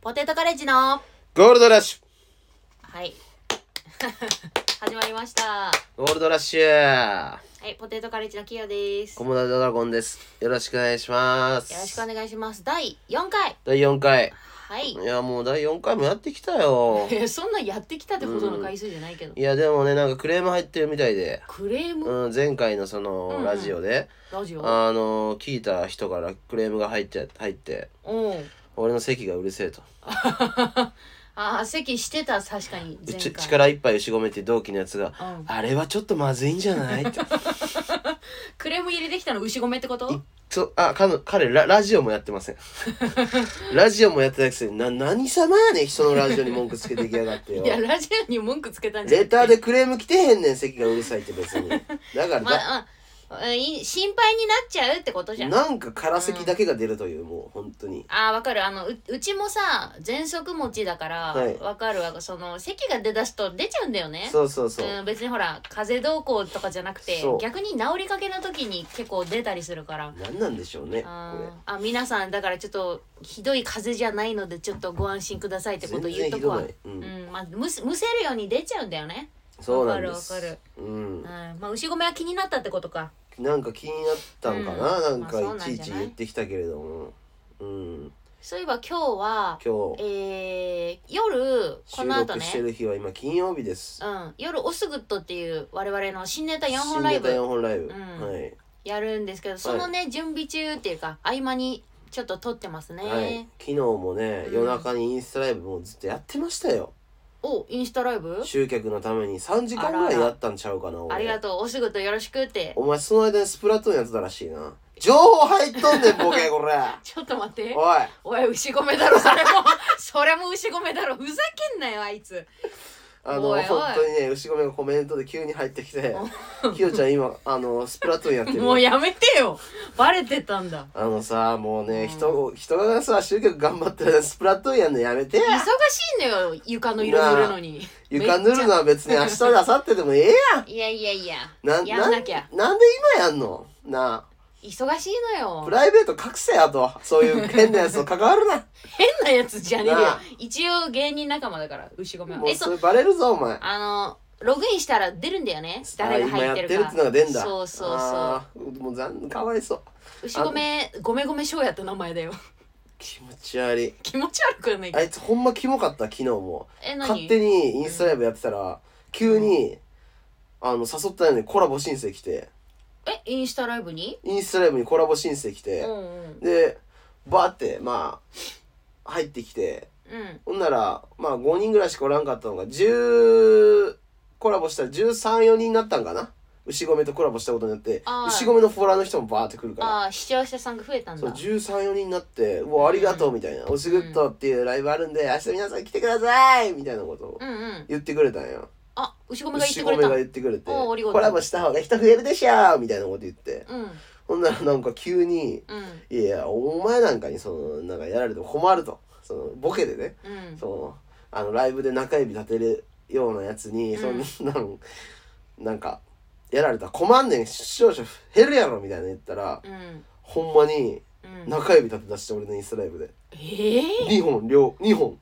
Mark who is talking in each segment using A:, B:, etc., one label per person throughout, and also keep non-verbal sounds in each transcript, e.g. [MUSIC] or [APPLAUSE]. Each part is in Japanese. A: ポテトカレッジの
B: ゴールドラッシ
A: はい [LAUGHS] 始まりましたは
B: ュゴールドラッシュ
A: いポテトカレッジのキヨです
B: コ
A: よ
B: モダドラゴンです。よろしくお願いします。
A: ろしくお願いします第4回
B: 第4回。
A: はい。
B: いや、もう第4回もやってきたよ
A: [LAUGHS] えそんなやってきたってほどの回数じゃないけど、
B: いや、でもね、なんかクレーム入ってるみたいで。
A: クレーム
B: うん、前回のそ
A: うんう
B: の
A: ん
B: ラジオで、
A: ラジオ
B: あの聞いた人からクレームが入っちゃ入って
A: うん
B: 俺の席がうるせえと
A: あー席してた確かに
B: う
A: 前
B: ち
A: 回
B: 力いっぱい牛込めって同期のやつが
A: うん
B: あれはちょっとまずいんじゃないって
A: クレーム入れてきたの牛米ってこと
B: いそあ彼の彼ララジオもやってま
A: [LAUGHS]
B: せんラジオもやってないくせにな何様やねん人のラジオに文句つけてきやがってよ
A: いやラジオに文句つけたんじゃな
B: レ
A: い
B: ターでクレーム来てへんねん席がうるさいって別にだからだ、
A: まあ、まあ、い心配になっちゃうってことじゃん
B: なんか空席だけが出るという、もう本当に
A: あーわかるあのううちもさ喘息持ちだからわ、
B: はい
A: かるわかるその咳が出だすと出ちゃうんだよね
B: そうそうそう、
A: ん、別にほら風邪どうこうとかじゃなくて
B: そう
A: 逆に治りかけの時に結構出たりするから
B: 何なんでしょうねこ
A: あ
B: れ
A: ーあ皆さんだからちょっとひどい風邪じゃないのでちょっとご安心くださいってこと言っとくわ
B: 全然ひどない
A: うんまあ、むすむせるように出ちゃうんだよね、
B: そうなんです
A: わかるわ
B: うん
A: うん、まあ牛込は気になったってことか
B: なんか気になったんかな、
A: うんま
B: なん
A: あそう
B: か
A: なんじゃない
B: いちいち言ってきたけれどもうん
A: そういえば今日は
B: 今日
A: えー、夜こ
B: 収
A: の後
B: 録
A: ね
B: してる日は今金曜日です、
A: うん、夜オスグッドっていう我々の新ネタ4
B: 新
A: 本ライ
B: ネタ4
A: ブ
B: 本ライブ、
A: うん
B: はい
A: やるんですけどそのね、準備中っていうか合間にちょっと撮ってますね、
B: はい、昨日もね
A: うん
B: 夜中にインスタライブもずっとやってましたよ、
A: おインスタライブ
B: 集客のために3時間ぐらいやったんちゃうかな俺
A: ありがとうオスグッドよろしくって
B: お前その間にスプラトゥーンやってたらしいな情報入っとんねんボケ
A: [LAUGHS]
B: これ
A: ちょっと待って
B: お
A: お
B: い
A: い牛込だろそれも [LAUGHS] それも牛込だろふざけんなよあいつ
B: あの
A: おいおい
B: 本当にね牛込がコメントで急に入って
A: [LAUGHS]
B: きて「ひよちゃん今あのスプラトゥーンやってる
A: もうやめてよバレてたんだ
B: あのさもうね、
A: うん
B: 人人がさ集客頑張ってるスプラトゥーンやんのやめて
A: 忙しいのよ床の色塗るのに
B: 床塗るのは別に明日で明後日でもええやん
A: いやいやいや
B: な
A: やんなきゃ
B: んなんで今やんのな
A: 忙しいの
B: あ
A: よ
B: プライベート隠せやとそういう変なやつと関わるな
A: 変なやつじゃねえよ
B: なあ
A: 一応芸人仲間だから牛込は
B: もう
A: えそ
B: そうれバレるぞお前
A: あのログインしたら出るんだよね誰が入ってるか
B: あ今やってるってのが出んだ
A: そうそうそう
B: あーもう残かわいそう
A: 牛込ごめごめ翔也って名前だよ [LAUGHS]
B: 気持ち悪い
A: 気持ち悪くはないけ
B: あ
A: ど
B: いつほんまキモかった昨日も
A: え
B: 勝
A: 何
B: 手にインスタライブやってたら急にあの誘ったのにコラボ申請来て
A: えインスタライブに
B: インスタライブにコラボ申請来
A: う
B: て
A: んうん
B: でバーってまあ入ってきて
A: うん
B: ほんならまあ5人ぐらいしかおらんかったのが10コラボしたら134人になったんかな牛込とコラボしたことによって
A: あー
B: 牛込のフォロワーの人もバーって来るから
A: ああ視聴者さんが増えたん
B: そう
A: だ
B: 134人になって「うわありがとう」みたいな「おしぐっと」っていうライブあるんで明日皆さん来てくださいみたいなことを
A: うんうん
B: 言ってくれたんよ
A: あ牛込が言って
B: 牛
A: くれ
B: 込
A: た
B: が言ってくれて「
A: おーありがとう
B: コラボした方が人増えるでしょ」みたいなこと言って
A: うん
B: ほんならなんか急に
A: うん
B: 「いやお前なんかにそのなんかやられても困ると」そのボケでね
A: うん
B: そのあのライブで中指立てるようなやつにそんなんなんかやられたら困んねん視聴者減るやろみたいな言ったら
A: うん
B: ほんまに
A: うん
B: 中指立て出して俺のインスタライブで。
A: ええ
B: 二本両
A: [LAUGHS]
B: 二本う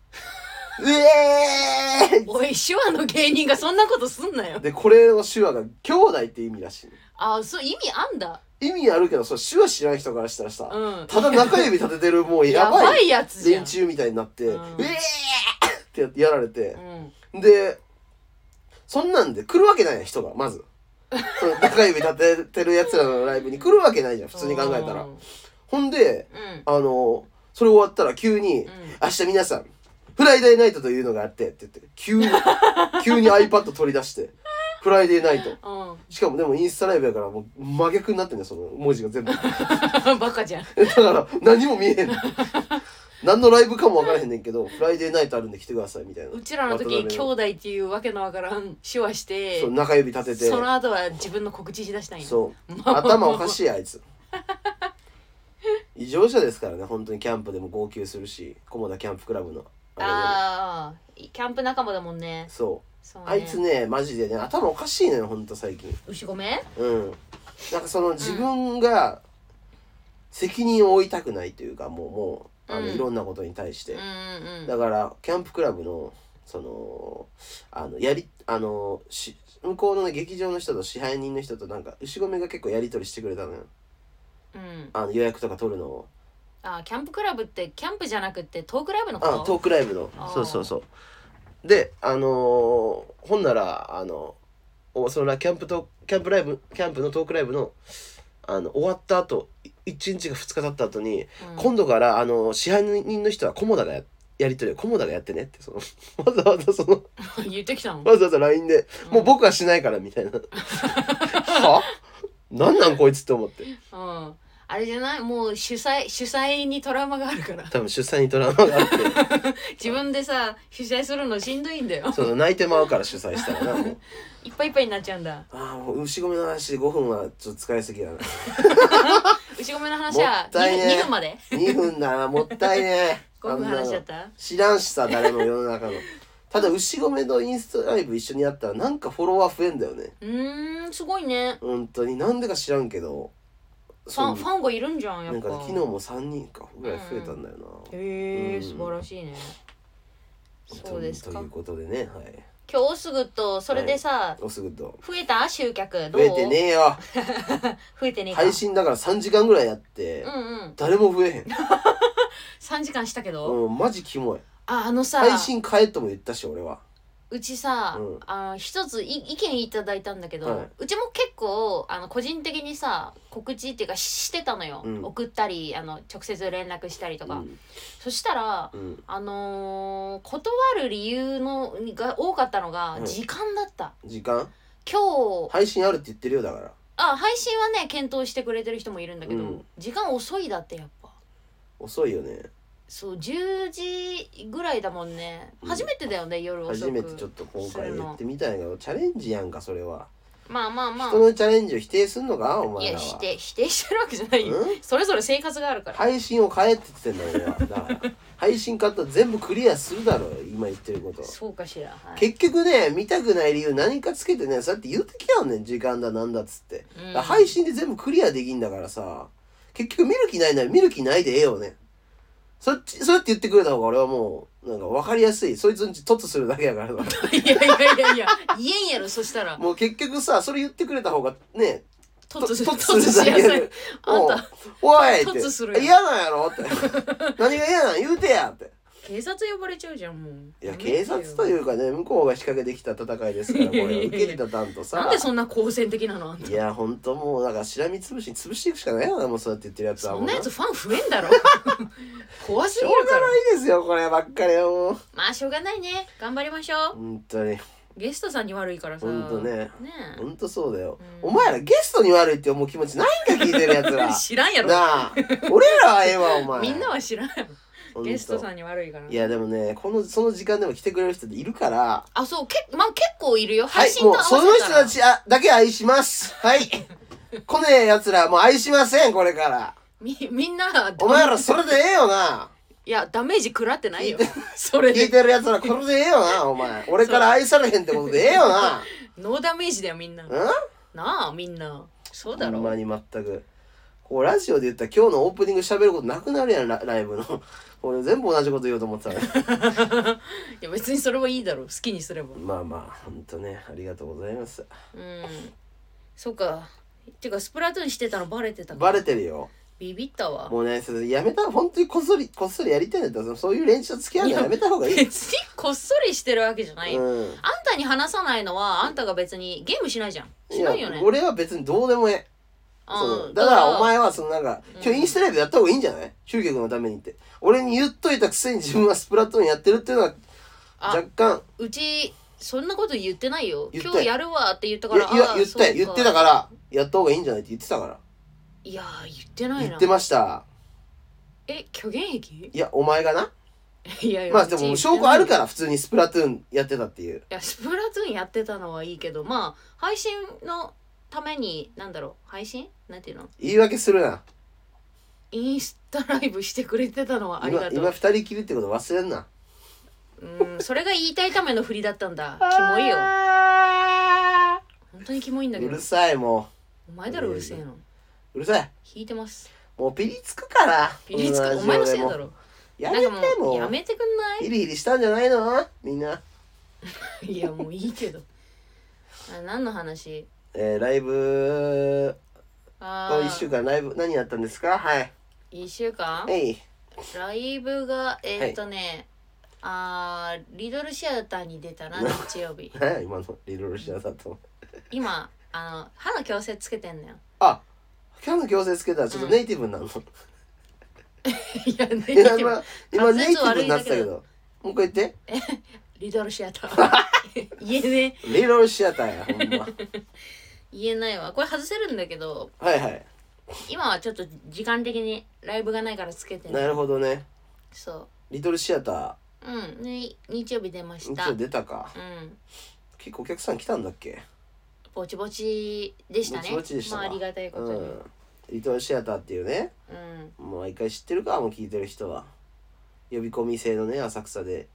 B: えー
A: おい手話の芸人がそんなことすんなよ
B: でこれの手話が兄弟って意味らしい
A: あそう意味あんだ
B: 意味あるけどそれ手話知らん人からしたらさ、
A: うん
B: ただ中指立ててるもう
A: や
B: やば
A: ば
B: い
A: いやつじゃ
B: 連
A: ん
B: 中みたいになって、
A: うん
B: うえーってやってやられて
A: う、ん
B: でそんなんで来るわけないやん人がまずその中指立ててるやつらのライブに来るわ
A: [LAUGHS]
B: けないじゃん普通に考えたら、
A: うん
B: ほんで
A: うん
B: あのそれ終わったら急に、明日皆さん、フライデーナイトというのがあってって言って、急
A: [LAUGHS]
B: に、急に iPad 取り出して、フライデーナイト。
A: うん
B: しかもでもインスタライブやからもう真逆になってんねんその文字が全部。 [LAUGHS] だか
A: うん [LAUGHS] バカじゃん
B: ら何も見えへんの。何のライブかも分からへんねんけど、フライデーナイトあるんで来てくださいみたいな。
A: うちらの時兄弟っていうわけのわからん手話して
B: そう中指立てて
A: そ、の後は自分の告知しだしたんや
B: そう。
A: [LAUGHS]
B: 頭おかしいあいつ。異常者ですからね、本当にキャンプでも号泣するし、菰田キャンプクラブの。あれ
A: ああキャンプ仲間だもんね
B: でもそう。
A: そう
B: あいつねマジでね頭おかしいのよほんと最近
A: 牛ごめん
B: うんなんかその自分が責任を負いたくないというかもうもあの
A: うん
B: いろんなことに対して
A: うん、うん
B: だからキャンプクラブのそのあのやりあのし向こうの、ね、劇場の人と支配人の人となんか牛込が結構やり取りしてくれたのよ
A: うん
B: あの予約とか取るのを
A: あキャンプクラブってキャンプじゃなくてトークライブのこ
B: あ
A: と
B: トークライブの
A: あー
B: そうそうそうであのーほんならあのおそのラキャンプとキャンプライブキャンプのトークライブのあの終わった後い1日か2日経った後に、
A: うん
B: 今度からあの支配人の人は菰田がややり取りを菰田がやってねってその [LAUGHS] わざわざその
A: [LAUGHS] 言ってきたの
B: わざわざ LINE で、もう
A: うん
B: 僕はしないからみ
A: [LAUGHS]
B: たいなはなんなんこいつって思って
A: うんあれじゃないもう主催主催にトラウマがあるから
B: 多分出産にトラウマがあって
A: 自分でさ主催するのしんどいんだよ
B: そうそう泣いてまうから主催したらなもう
A: いっぱいいっぱいになっちゃうんだ
B: ああもう牛込の話5分はちょっと使いすぎだな
A: 牛込の話は
B: もったいね
A: 2, 2分まで
B: 2分だなもったいね
A: [LAUGHS] 5分
B: あんなの
A: 話しちゃった
B: 知らんしさ誰も世の中のただ牛込のインスタライブ一緒にやったらなんかフォロワー増えんだよね
A: うーんすごいね
B: 本当になんでか知らんけど
A: ファ
B: そ
A: ン
B: う
A: ファンがいるんじゃんや
B: な
A: っ
B: ん
A: ぱ
B: かね昨日も3人かぐらい増えたんだよな、
A: へ
B: う
A: え
B: ん
A: 素晴らしいねそうです
B: と
A: か
B: いうことでねはい
A: 今日すぐとそれでさ、
B: おすぐと
A: 増えた集客ど
B: 増
A: う
B: えてねえよ
A: 増えてねえか
B: 配信だから3時間ぐらいやって、
A: うんうん
B: 誰も増えへん
A: 3時間したけど、
B: うんマジキモい
A: ああのさ
B: 配信変えとも言ったし俺は
A: うちさ、
B: うん
A: あ一つい意見いただいたんだけど、
B: はいう
A: ちも結構あの個人的にさ告知っていうかししてたのよ、
B: うん
A: 送ったりあの直接連絡したりとか、
B: うん
A: そしたら
B: うん
A: あのー断る理由のが多かったのが
B: うん
A: 時間だった、
B: 時間
A: 今日
B: 配信あるって言ってるよだから
A: あ配信はね検討してくれてる人もいるんだけど、
B: うん
A: 時間遅いだってやっぱ
B: 遅いよね
A: そう10時ぐらいだもんね
B: うん
A: 初めてだよね、夜遅
B: 初
A: く
B: めてちょっと今回言ってみたいけどチャレンジやんかそれは、
A: まあまあまあ
B: 人のチャレンジを否定すんのかお
A: い
B: 前ら
A: や
B: は
A: 否定否定してるわけじゃないよ
B: うん
A: それぞれ生活があるから
B: 配信を変えって言ってんだよ俺はだから配信買ったら全部クリアするだろ今言ってること
A: そうかしら、はい、
B: 結局ね見たくない理由何かつけてねそうやって言うてきやんねん時間だなんだっつって、
A: うん
B: だから配信で全部クリアできんだからさ結局見る気ないなら見る気ないでええよねそっちそうやって言ってくれた方が俺はもうなんか分かりやすいそいつんち突するだけやからさ
A: いやいやいやいや言えんやろそしたら
B: もう結局さそれ言ってくれた方がね
A: 突如
B: [LAUGHS] と
A: 突如しやすいあんた
B: おうおいって
A: 突如するやん
B: 嫌なんやろって何が嫌なん言うてやって
A: [LAUGHS] 警察呼ばれちゃうじゃんもう
B: い
A: い
B: や警察というかね向こうが仕掛けてきた戦いですからこ
A: [LAUGHS] いやいやい
B: れ
A: や
B: 受けてた担とさ
A: なんでそんな好戦的なのあんた
B: いやほんともうだからしらみつぶしに潰していくしかないよなもうそうやって言ってるやつは
A: そ
B: もうん
A: なやつファン増えんだ
B: [LAUGHS]
A: ろ怖す
B: し
A: ぎ
B: ょ
A: る
B: う
A: か
B: が
A: ら
B: ないですよこればっかりはもう
A: まあしょうがないね頑張りましょう
B: 本当に
A: ゲストさんに悪いからさ
B: 本当ね
A: ね
B: 本当そうだよ
A: うん
B: お前らゲストに悪いって思う気持ちないんか聞いてるやつら
A: え [LAUGHS] 知らんやろ
B: なあ俺らはええわお前
A: みんなは知らんや
B: ほ
A: ろ
B: んと
A: ゲストさんに悪いから
B: いやでもねこのその時間でも来てくれる人っているから
A: あそうけまあ結構いるよ
B: は
A: 配
B: い
A: 信
B: も
A: と合
B: う
A: わせ
B: そ
A: たら、
B: の人たちあだけ愛しますはい来ねえやつらもう愛しませんこれから
A: みみんな
B: お前らそれでええよない
A: やダメージ食らってないよ [LAUGHS] それ
B: 聞い
A: で
B: てるやつらこれでええよなお前俺から愛されへんってことでええよな
A: ノーダメージだよみんな
B: う
A: なあみんなそうだ
B: んほ
A: ろ
B: んまに全くこうラジオで言ったら今日のオープニング喋ることなくなるやんラライブの俺全部同じこと言おうと思ってたのに
A: いや別にそれはいいだろ好きにすれば
B: まあまあほんとねありがとうございます
A: うんそうかてかスプラトゥーンしてたのバレてたか
B: バレてるよ
A: ビビったわ
B: もうねそれやめた本当にこっそりこっそりやりたいんだったらそのそういう練習と付き合うのやめた方がいい
A: 別にこっそりしてるわけじゃない、あん
B: うん
A: たに話さないのはあんたが別にゲームしないじゃんしないよね
B: 俺は別にどうでもええ
A: う
B: そ
A: ん
B: うだからお前はそのなんか
A: うん
B: 今日インスタライブやった方がいいんじゃない集客のためにって俺に言っといたくせに自分はスプラトゥーンやってるっていうのは
A: あ
B: 若干
A: うちそんなこと言ってないよ
B: 言った
A: 今
B: よ
A: 日やるわって言った
B: い
A: から
B: やいや
A: ああ
B: 言って言ってた
A: そう
B: からやった方がいいんじゃないって言ってたから
A: いやー言ってない
B: 言
A: な
B: ってました
A: え虚言癖 [LAUGHS]
B: いやお前がない
A: やいや
B: まあで
A: うち言
B: も
A: って
B: 証拠あ
A: な
B: る
A: い
B: から普通にスプラトゥーンやってたっていう
A: いやスプラトゥーンやってたのはいいけどまあ配信のためになんだろう配信なんていうの
B: 言い訳するな
A: インスタライブしてくれてたのはあり
B: 今
A: がと
B: 今
A: う
B: 二人きりってこと忘れんな
A: うんそれが言いたいための振りだったん
B: [LAUGHS]
A: だキモいよ本当にキモいんだけ
B: う
A: ど
B: るさいも
A: お前だろうるせえの
B: ううるさい
A: 引いてます
B: もうピリつくから
A: ピリつ
B: こ
A: く
B: の
A: お
B: ラジ
A: 前
B: オ
A: の
B: で
A: せい
B: も
A: だろ
B: や
A: な
B: め
A: ん
B: て
A: かも
B: も
A: う
B: う
A: やめてくんな
B: ヒリヒリしたんじゃないのみんな、
A: いいやもういいけどあ何の話
B: えー、ライブ
A: あ
B: を
A: ー
B: 1週間ライブ何やったんですかはい
A: 一週間
B: えい [LAUGHS]
A: ライブがえーっとね、あーリドルシアターに出たな日曜日
B: 何や今のリロルシアだと
A: 今あの歯の矯正つけてんのよ
B: あ今日の強制つけたらちょっと
A: うん
B: ネイティブになるの、
A: [LAUGHS] いやね
B: いや今今
A: 滑
B: ネ
A: 舌
B: イティブ
A: 悪
B: に
A: い
B: なっ
A: だけ
B: てた
A: ど
B: けどもう一回言って
A: リドルシアター [LAUGHS] 言えね
B: リロルシアターやほんま
A: 言えないわこれ外せるんだけど
B: はいはい
A: 今はちょっと時間的にライブがないからつけて
B: な
A: ね
B: るほどね
A: そ
B: リトルシアタ
A: ううんね日曜日出ま
B: ーちょ
A: し
B: った
A: う
B: と
A: ん
B: 出たか結構お客さん来たんだっけ
A: ぼちぼちでしたね
B: ぼちぼちでした
A: ま
B: わ
A: あありがたいこ
B: う
A: とにうん
B: んリトルシアターっていうね、
A: うん
B: もう毎回知ってるかもう聞いてる人は呼び込み制のね浅草で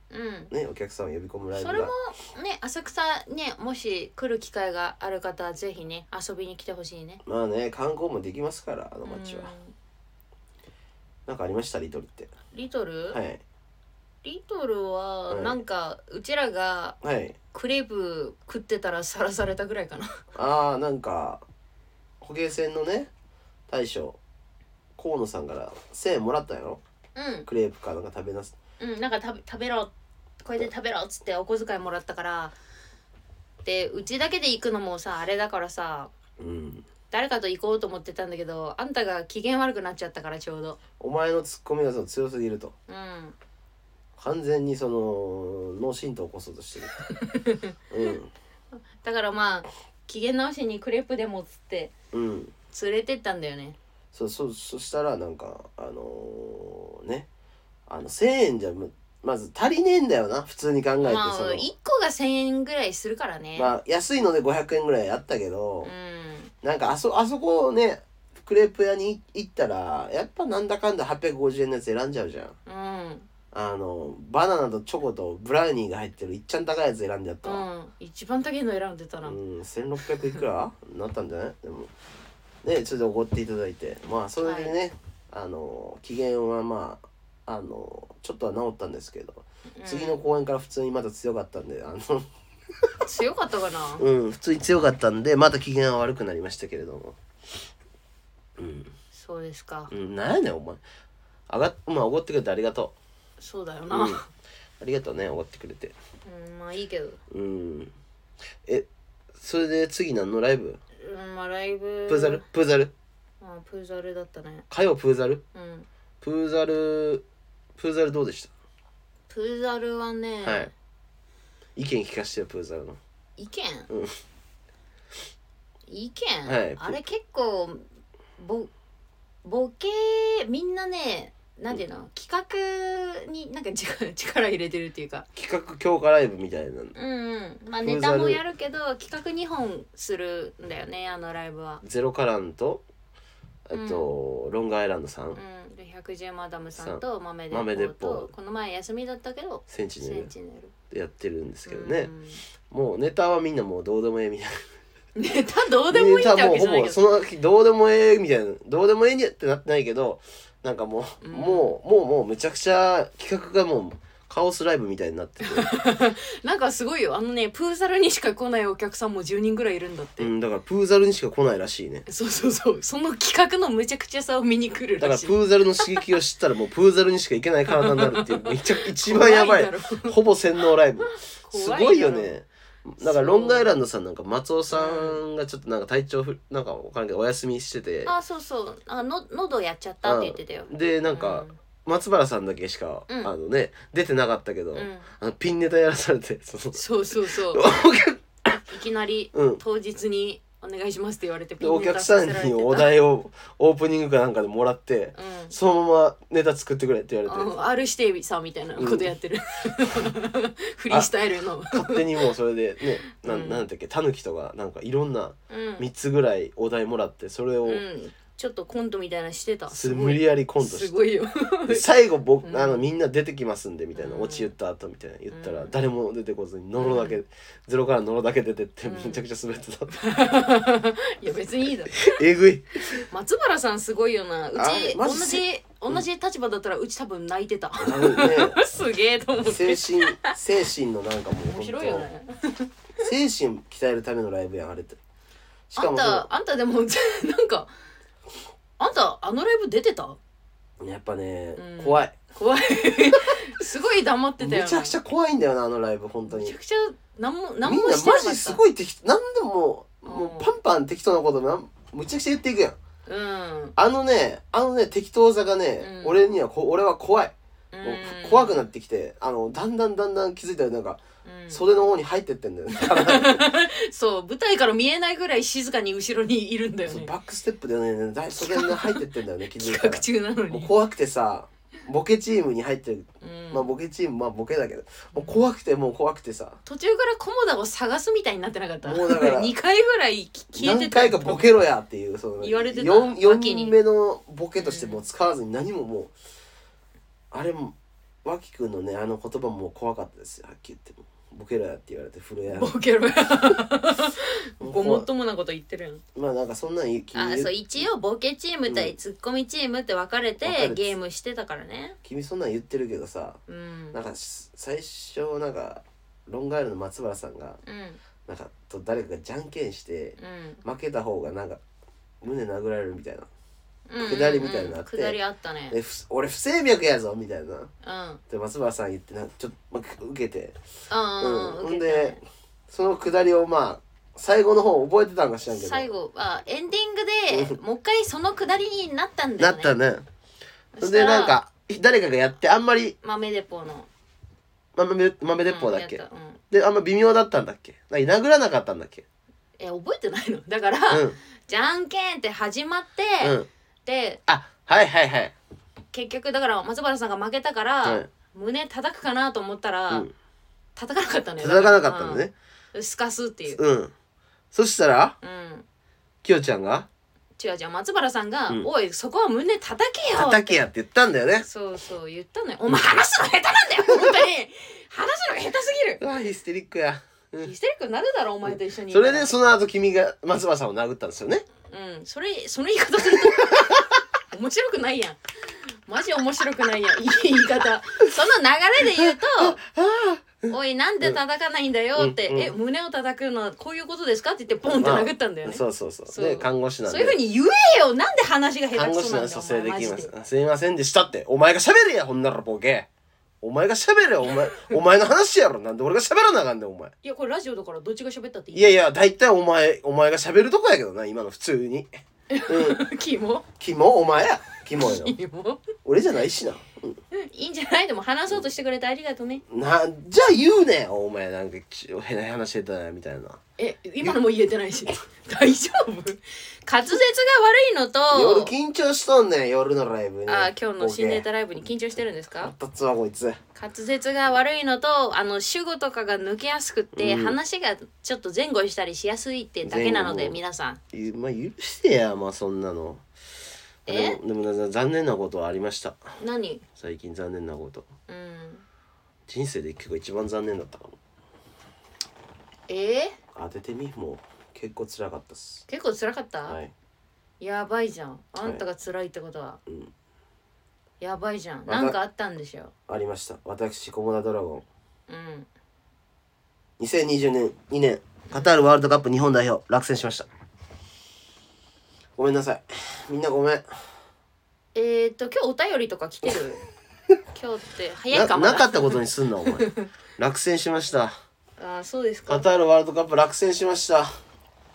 B: ねお客さんを呼び込むライブ
A: それ
B: が
A: もね浅草ねもし来る機会がある方はぜひね遊びに来てほしいね
B: まあね観光もできますからあの街は
A: うん
B: なんかありましたリトルって
A: リトル、
B: はい
A: リトルは
B: はい
A: なんかうちらが
B: はい
A: クレープ食ってたらさらされたぐらいかな
B: ああなんか捕鯨船のね大将河野さんから1,000円もらったんやろ
A: うん
B: クレープかなんか食べなす
A: うん、なんか食べ食べろこれで食べろっつってお小遣いもらったからでうちだけで行くのもさあれだからさ
B: うん
A: 誰かと行こうと思ってたんだけどあんたが機嫌悪くなっちゃったからちょうど
B: お前のツッコミがその強すぎると
A: うん
B: 完全にその脳震盪を起こそうとして
A: [LAUGHS]
B: る
A: だからまあ機嫌直しにクレープでもっつって
B: うんうん
A: 連れてったんだよね
B: そうそうそしたらなんかあのーねあの1,000円じゃむまず足りねえんだよな普通に考えて
A: まあ
B: その
A: 1個が1,000円ぐらいするからね、
B: まあ安いので500円ぐらいあったけど、
A: うん
B: なんかあそあそこをねクレープ屋に行ったらやっぱなんだかんだ850円のやつ選んじゃうじゃん
A: うん
B: あのバナナとチョコとブラウニーが入ってるいっちゃん高いやつ選んでやった
A: う
B: わ
A: ん一番高いの選んでたな、
B: うん、1600い
A: [LAUGHS]
B: くらなったんじゃないでもねそれでおごっていただいてまあそれでね、あの機嫌はまああのちょっとは治ったんですけど、
A: うん
B: 次の公演から普通にまた強かったん
A: [LAUGHS]
B: であの
A: 強かったかな
B: うん普通に強かったんでまた機嫌は悪くなりましたけれどもうん
A: そうですか
B: うん、なんやねんお前あがまあおごってくれてありがと
A: そうだよ
B: う、
A: な、
B: う、
A: うん
B: ありがとうねおごってくれて
A: ん、まあいいけど
B: うんえそれで次何のライブ
A: うんまあライブ
B: プーザルプーザル
A: まあプーザルだったね
B: 火曜プーザル
A: うん
B: プーザルプーザルどうでし
A: プーザルはね、
B: たはい意見聞かせてよプーザルの
A: 意見、
B: うん
A: 意見、
B: はい
A: あれ結構ぼボケみんなねなんていうの、企画になんか力 [LAUGHS] 力入れてるっていうか
B: 企画強化ライブみたいなの
A: うんうんまあ
B: プーザル
A: ネタもやるけど企画2本するんだよねあのライブは。
B: ゼロカランとえっと、ロングアイランドさん、
A: うん、で110マダムさんと豆
B: 豆
A: で
B: 鉄
A: っぽ
B: 砲
A: とこの前休みだったけど
B: センチネ
A: セン
B: ル
A: チネル
B: でやってるんですけど
A: う
B: ね、
A: ん
B: もうネタはみんなもうどうでもええみたい
A: [LAUGHS]
B: な
A: ネタどうでもいいってわけじゃない
B: もうほぼ
A: け
B: そ
A: ど
B: の時どうでもええみたいなどうでもええにってなってないけどなんかもう、
A: うん
B: もうもうもうむちゃくちゃ企画がもうカオスライブみたいになってて、
A: [LAUGHS] なんかすごいよあのねプーザルにしか来ないお客さんも10人ぐらいいるんだって、
B: うん、だからプーザルにしか来ないらしいね
A: そうそうそうその企画のむちゃくちゃさを見に来る
B: だからら
A: し
B: プ
A: い
B: ーザルの刺激を知ったらもうプーザルにしか行けない体になるっていうめちゃ一番やばい
A: 怖だろ
B: [LAUGHS] ほぼ洗脳ライブす
A: 怖
B: ごいよ
A: だろ
B: ねだからロングアイランドさんなんか松尾さんがちょっとなんか体調ふなんかわからんけどお休みしてて
A: あそうそうあの喉やっちゃったって言ってたよ
B: でなんか松原さんだけしか、
A: うん
B: あのね出てなかったけ
A: う
B: ど、
A: ん、うん
B: あのピンネタやらされて [LAUGHS] その
A: そうそうそう
B: お客
A: いきなり
B: うん
A: 当日にお願いしますって言われて
B: で
A: ピ
B: お
A: ンネ
B: 客
A: タ
B: さ
A: させ
B: ん
A: られてた
B: にお題をオープニングかなんかでもらって
A: うん
B: そのままネタ作ってくれって言われて
A: あ R してさみたいなことやってる、 [LAUGHS] フリースタイルの
B: 勝手にもうそれでね
A: [LAUGHS]
B: な
A: うんん
B: なんだっけタヌキとかなんかいろんな
A: うん、
B: 3つぐらいお題もらってそれを
A: うん、ちょっとコントみたいなのしてた
B: す
A: すご
B: 無
A: い
B: 理やりコント
A: す
B: して
A: ごいよ [LAUGHS]
B: で最後僕、
A: うん
B: あのみんな出てきますんでみたいな
A: うん
B: オチ言った後みたいな言ったら
A: うん
B: 誰も出てこずにノロだけ、
A: う
B: ゼロからノロだけ出てって
A: うん
B: めちゃくちゃ滑ってた、
A: いや別にいいだろ
B: えぐい
A: 松原さんすごいよなう
B: あれ
A: ち
B: マ
A: 同
B: ジせ
A: じ同じ立場だったらうち多分泣いて
B: [LAUGHS]
A: た
B: 多分ね
A: すげえと思って
B: 精神精神のなんかもう
A: [LAUGHS] 面
B: 本当
A: 白いよね
B: 精神鍛えるためのライブやんあれってし
A: あ
B: か
A: ん
B: もその
A: たあんたでも [LAUGHS] なんかあんたあのライブ出てた
B: やっぱね、
A: うん
B: 怖い
A: 怖い [LAUGHS] すごい黙ってたよ
B: め
A: な
B: ちゃくちゃ怖いんだよなあのライブ本当
A: め
B: に
A: ちゃくちゃ何も何
B: みん
A: も
B: な
A: してな
B: マ
A: か
B: ジす
A: っ
B: ごい適当何でもも
A: うん
B: うパンパン適当なことなんむちゃくちゃ言っていくやん
A: たうん
B: あのねあのね適当さがね、
A: うん
B: 俺にはこ俺は怖い、
A: う
B: もうん怖くなってきてあのだんだんだんだん気づいたらなんか、
A: うん
B: 袖の方に入ってってんだよね
A: そう舞台から見えないぐらい静かに後ろにいるんだよ
B: [LAUGHS] そう
A: ね
B: バックステップでねだい袖に入ってってんだ
A: [LAUGHS]
B: よね気づい
A: 企
B: たら
A: 画中なの
B: もう
A: に、
B: 怖くてさボケチームに入ってる、
A: うん
B: まあボケチームまあボケだけどもう怖くてもう怖くてさ
A: 途中から菰田を探すみたいになってなかった
B: もうだか
A: [LAUGHS]
B: ら
A: 2回ぐらい消えて
B: 何
A: た
B: 回かボケろやっていうその
A: 言われてた
B: 4
A: 脇に
B: 人目のボケとしてもう使わずに何ももうあれも脇くんのねあの言葉も怖かったですよはっきり言ってもボケろやって言われて震えや
A: ボケろや
B: もう
A: ごもっともなこと言ってるやん
B: まあなんかそんなんいい君
A: あそう一応ボケチーム対ツッコミチームって分かれ
B: 分かれ
A: て
B: て
A: ゲームしてたからね
B: 君そんなん言ってるけどさ
A: うん
B: なんかし最初なんかロンガールの松原さんが
A: うん
B: なんかと誰かがじゃんけんして
A: うん
B: 負けた方がなんか胸殴られるみたいな
A: うん
B: 下りみたいになって
A: 下りあったね
B: でふ俺不整脈やぞみたいな
A: うん
B: で松原さん言ってなんかちょっと、まあ、受けて
A: うん
B: うん
A: うん
B: ほ
A: うんん受け
B: でそのくだりをまあ最後の方覚えてたんか知らん
A: た
B: けど
A: 最後あエンディングでもう一回その下りになったんだ
B: な
A: よ
B: っ
A: ね
B: たね
A: そ
B: そ
A: し
B: れ
A: た
B: で
A: ら
B: なんか誰かがやってあんまり
A: 豆鉄砲の
B: 豆豆鉄砲だっけ、
A: うんやたうん
B: であんま微妙だったんだっけなんか殴らなかったんだっけ
A: え覚えてないのだから
B: う
A: じゃんけんって始まって
B: んうん
A: で
B: あはいはいはい
A: 結局だから松原さんが負けたか
B: は
A: ら
B: い
A: 胸叩くかなと思ったら
B: うん
A: 叩かなかったのよ
B: 叩かなかったのね
A: うんすかすっていう
B: うんそしたら
A: うん
B: きよちゃんが
A: 違う違う松原さんが「
B: うん
A: おいそこは胸叩け
B: 「
A: よ」
B: 叩けや」って言ったんだよね
A: そうそう言ったのよお前話すの下手なんだよ本当に話すのが下手すぎる
B: うわヒステリックや
A: ヒステリックになるだろお前と一緒に
B: それでその後君が松原さんを殴ったんですよね
A: うんそれその言い方すると面白くないやんマジ面白くないやんいい言い方その流れで言うと「おいなんで叩かないんだよ」って「
B: うんうん
A: え胸を叩くのはこういうことですか?」って言ってポンって殴ったんだよね、
B: そうそうそう
A: そう
B: ね看護師なん
A: そ
B: で
A: ういうふうに言えよなんで話が下
B: 看
A: 手
B: 護
A: くそ
B: 師
A: な
B: なんん
A: だ
B: で
A: よ
B: 蘇生でき
A: お前マジ
B: ます
A: で
B: すいませんでしたってお前が喋れやほんならボケお前が喋れよお前お前の話やろなんで俺が喋らなあかんねんお前
A: いやこれラジオだからどっちが喋ったっていい
B: いやいや大体お前お前が喋るとこやけどな今の普通にうん
A: キモ
B: キモお前やキ
A: [LAUGHS]
B: モよ
A: キモ
B: 俺じゃないしな、
A: いいんじゃないでも話そうとしてくれてありがとうね
B: うんなじゃあ言うねんお前なんかき変な話してたなみたいな
A: え今のも言えてないし大丈夫滑舌が悪いの
B: 夜
A: と
B: 緊張しとんねん夜のライブね
A: あ今日の新ネタラ
B: ら
A: イブに緊張してるんですか
B: たつわこいつ
A: 滑舌が悪いのとあの主語とかが抜けやすくって、
B: うん
A: 話がちょっと前後したりしやすいってだけなの
B: 前
A: で
B: 後
A: 皆さん
B: ゆまあ許してやまあそんなの
A: え
B: でもでもな残念なことはありました
A: 何
B: 最近残念なこと
A: うん
B: 人生で結構一番残念だったかも
A: えー、
B: 当ててみもう結構辛かったっす
A: 結構辛かった、
B: はい
A: やばいじゃんあんたが辛いってことは、
B: うん
A: やばいじゃん
B: ま
A: な
B: た
A: んかあったんでしょ
B: ありました私コモダドラゴ
A: うん
B: ン2020年2年カタールワールドカップ日本代表落選しましたごめんなさいみんなごめん
A: えー、っと今日お便りとか来て
B: [LAUGHS]
A: る今日って早いか
B: な
A: まだ
B: なかったことにすんなお
A: [LAUGHS]
B: 前落選しました
A: あーそうです
B: カ
A: か
B: タールワールドカップ落選しました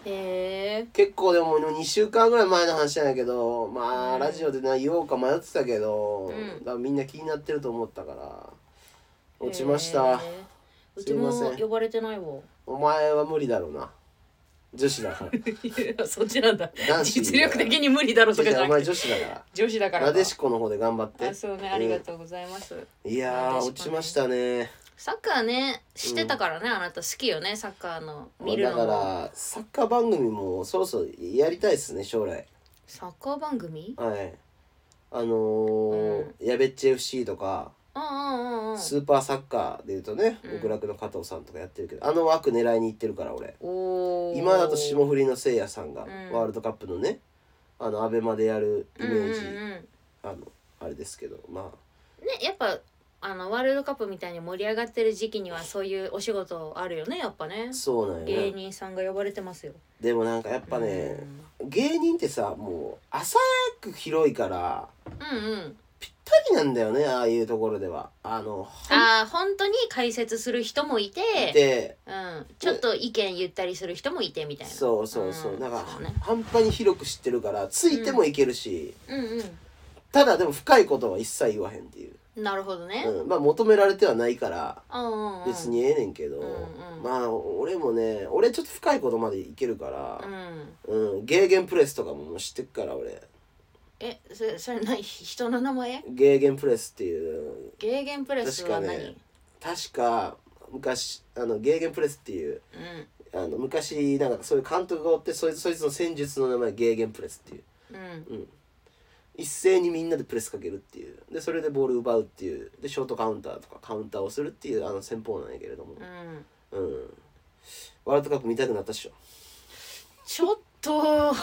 A: へえ
B: 結構でも2週間ぐらい前の話なんやけどまあ、ラジオでな言おうか迷ってたけど、
A: うん
B: だからみんな気になってると思ったから落ちました
A: うちも
B: すいません
A: 呼ばれてないわ
B: お前は無理だろうな女子だから
A: いやそっちなんだ
B: 男子
A: [LAUGHS] 実力的に無理だろとかじ
B: 違う
A: ゃ
B: お
A: な
B: 前
A: くて
B: 女子だから
A: 女子だから
B: なでしこの方で頑張って
A: あそうねありがとうございます、
B: うんいやー
A: なでしこね
B: 落ちましたね
A: サッカーねしてたからね、あなた好きよねサッカーの見る
B: だ
A: の
B: か
A: も
B: らサッカー番組もそろそろやりたいですね将来
A: サッカー番組
B: はいあのーやべっち FC とか
A: うんうんうんうん
B: スーパーサッカーでいうとね
A: うん
B: 極楽の加藤さんとかやってるけどあの枠狙いに行ってるから俺
A: おー
B: 今だと霜降りのせいやさんが
A: うん
B: ワールドカップのねあのアベマでやるイメージ
A: うんうんうん
B: あのあれですけどまあ
A: ねやっぱあのワールドカップみたいに盛り上がってる時期にはそういうお仕事あるよねやっぱね
B: そうなんや
A: 芸
B: な
A: 人さんが呼ばれてますよ
B: でもなんかやっぱね芸人ってさもう浅く広いから
A: うんうんうん
B: ぴったりなんだよねああいうところではあの
A: ああ本当に解説する人もいて
B: で
A: うん、ちょっと意見言ったりする人もいてみたいな
B: そうそうそう、
A: うん
B: なんか
A: そうね
B: 半端に広く知ってるからついてもいけるし、
A: うん
B: ただでも深いことは一切言わへんっていう、
A: うんなるほどね、
B: うん、まあ求められてはないから
A: うんうんうん、
B: 別にええねんけど、
A: うんうん
B: まあ俺もね俺ちょっと深いことまでいけるか
A: う
B: ら、
A: ん
B: うん、ゲーゲンプレスとかももう知ってっから俺
A: えそれそれ何人の名前
B: ゲーゲンプレスっていう
A: ゲーゲンプレスは何、
B: 確確か昔あのゲーゲンプレスっていうあの昔なんかそういう監督がおってそいつそいつの戦術の名前ゲーゲンプレスっていう
A: うんうん
B: 一斉にみんなでプレスかけるっていうでそれでボール奪うっていうでショートカウンターとかカウンターをするっていうあの戦法なんやけれども
A: うん
B: うんワールドカップ見たくなったっしょ
A: ちょっと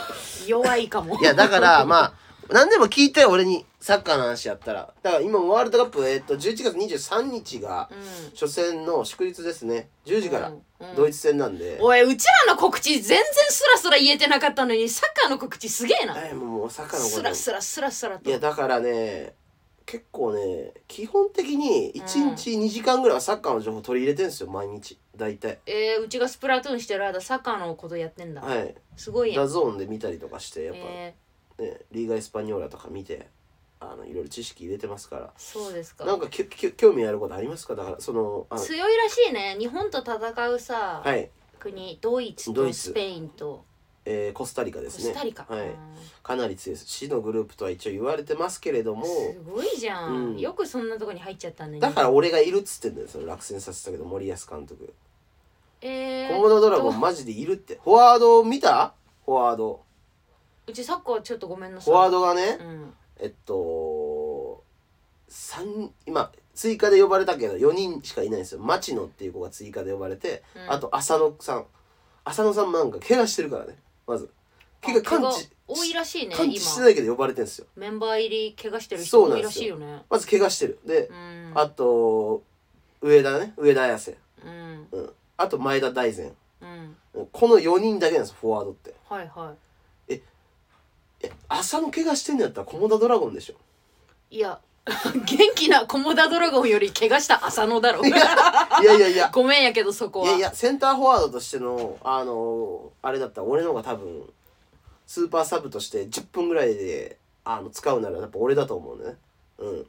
A: 弱いかも
B: いやだからまあ何でも聞いて俺にサッカーの話やったらだから今もワールドカップ、えっと11月23日が
A: うん
B: 初戦の祝日ですね10時から
A: うんうん
B: ドイツ戦なんで、
A: おいうちらの告知全然スラスラ言えてなかったのにサッカーの告知すげえな
B: えもうもうサッカーのこ
A: ス
B: と
A: ラスラスラスラと
B: いやだからね結構ね基本的に1日2時間ぐらいはサッカーの情報取り入れてるんですよ毎日大体
A: えー、うちがスプラトゥーンしてる間サッカーのことやってんだ、
B: はい
A: すごいや
B: ダ
A: ん
B: ゾーンで見たりとかしてやっぱね、
A: え
B: リーガ・エスパニョーラとか見てあのいろいろ知識入れてますから
A: ー、そうですか
B: なんかきき興味あることありますかだからそのあの
A: 強いらしいね日本と戦うさ、
B: はい、
A: 国ドイツ
B: ド
A: と
B: イツ
A: スペインと
B: えーコスタリカで
A: コ
B: す
A: ス
B: ね
A: タリカ、
B: はい
A: うん
B: かなり強いです死のグループとは一応言われてますけれども
A: すごいじゃん、
B: うん
A: よくそんなとこに入っちゃったね
B: だから俺がいるっつってんだよその落選させたけど森保監督
A: えー、
B: コモドドラ
A: え
B: ゴ
A: っ
B: ン
A: と
B: マジでいるってフォワード見たフォワード
A: うちサッカーちょっとごめんなさ
B: フ
A: い
B: ォワードがね
A: うん
B: えっと三今追加で呼ばれたけど4人しかいないんですよ町野っていう子が追加で呼ばれて、
A: うん
B: あと浅野さん浅野さんもなんか怪我してるからねまず怪我
A: あ
B: 完治
A: 多いらしいね
B: 完治してな
A: 今
B: いけど呼ばれてるんですよ
A: メンバー入り怪我してる人
B: そうな
A: 多い
B: んで
A: ら
B: す
A: しい
B: よ
A: よね
B: まず怪我してるで
A: う、ん
B: あと上田ね上田綾瀬、
A: うん
B: うん、あと前田大然
A: うん
B: うんこの4人だけなんですよフォワードって
A: はいは
B: え浅野怪我してんのやったら菰田ドラゴンでしょ
A: いいや [LAUGHS] 元気なコモダドラゴンより怪我した浅野だろ
B: いやいやい
A: [LAUGHS]
B: や
A: ごめんやけどそこ
B: い
A: は
B: やいやセンターフォワードとしてのあのあれだったら俺の方が多分スーパーサブとして10分ぐらいであの使うならやっぱ俺だと思うねうん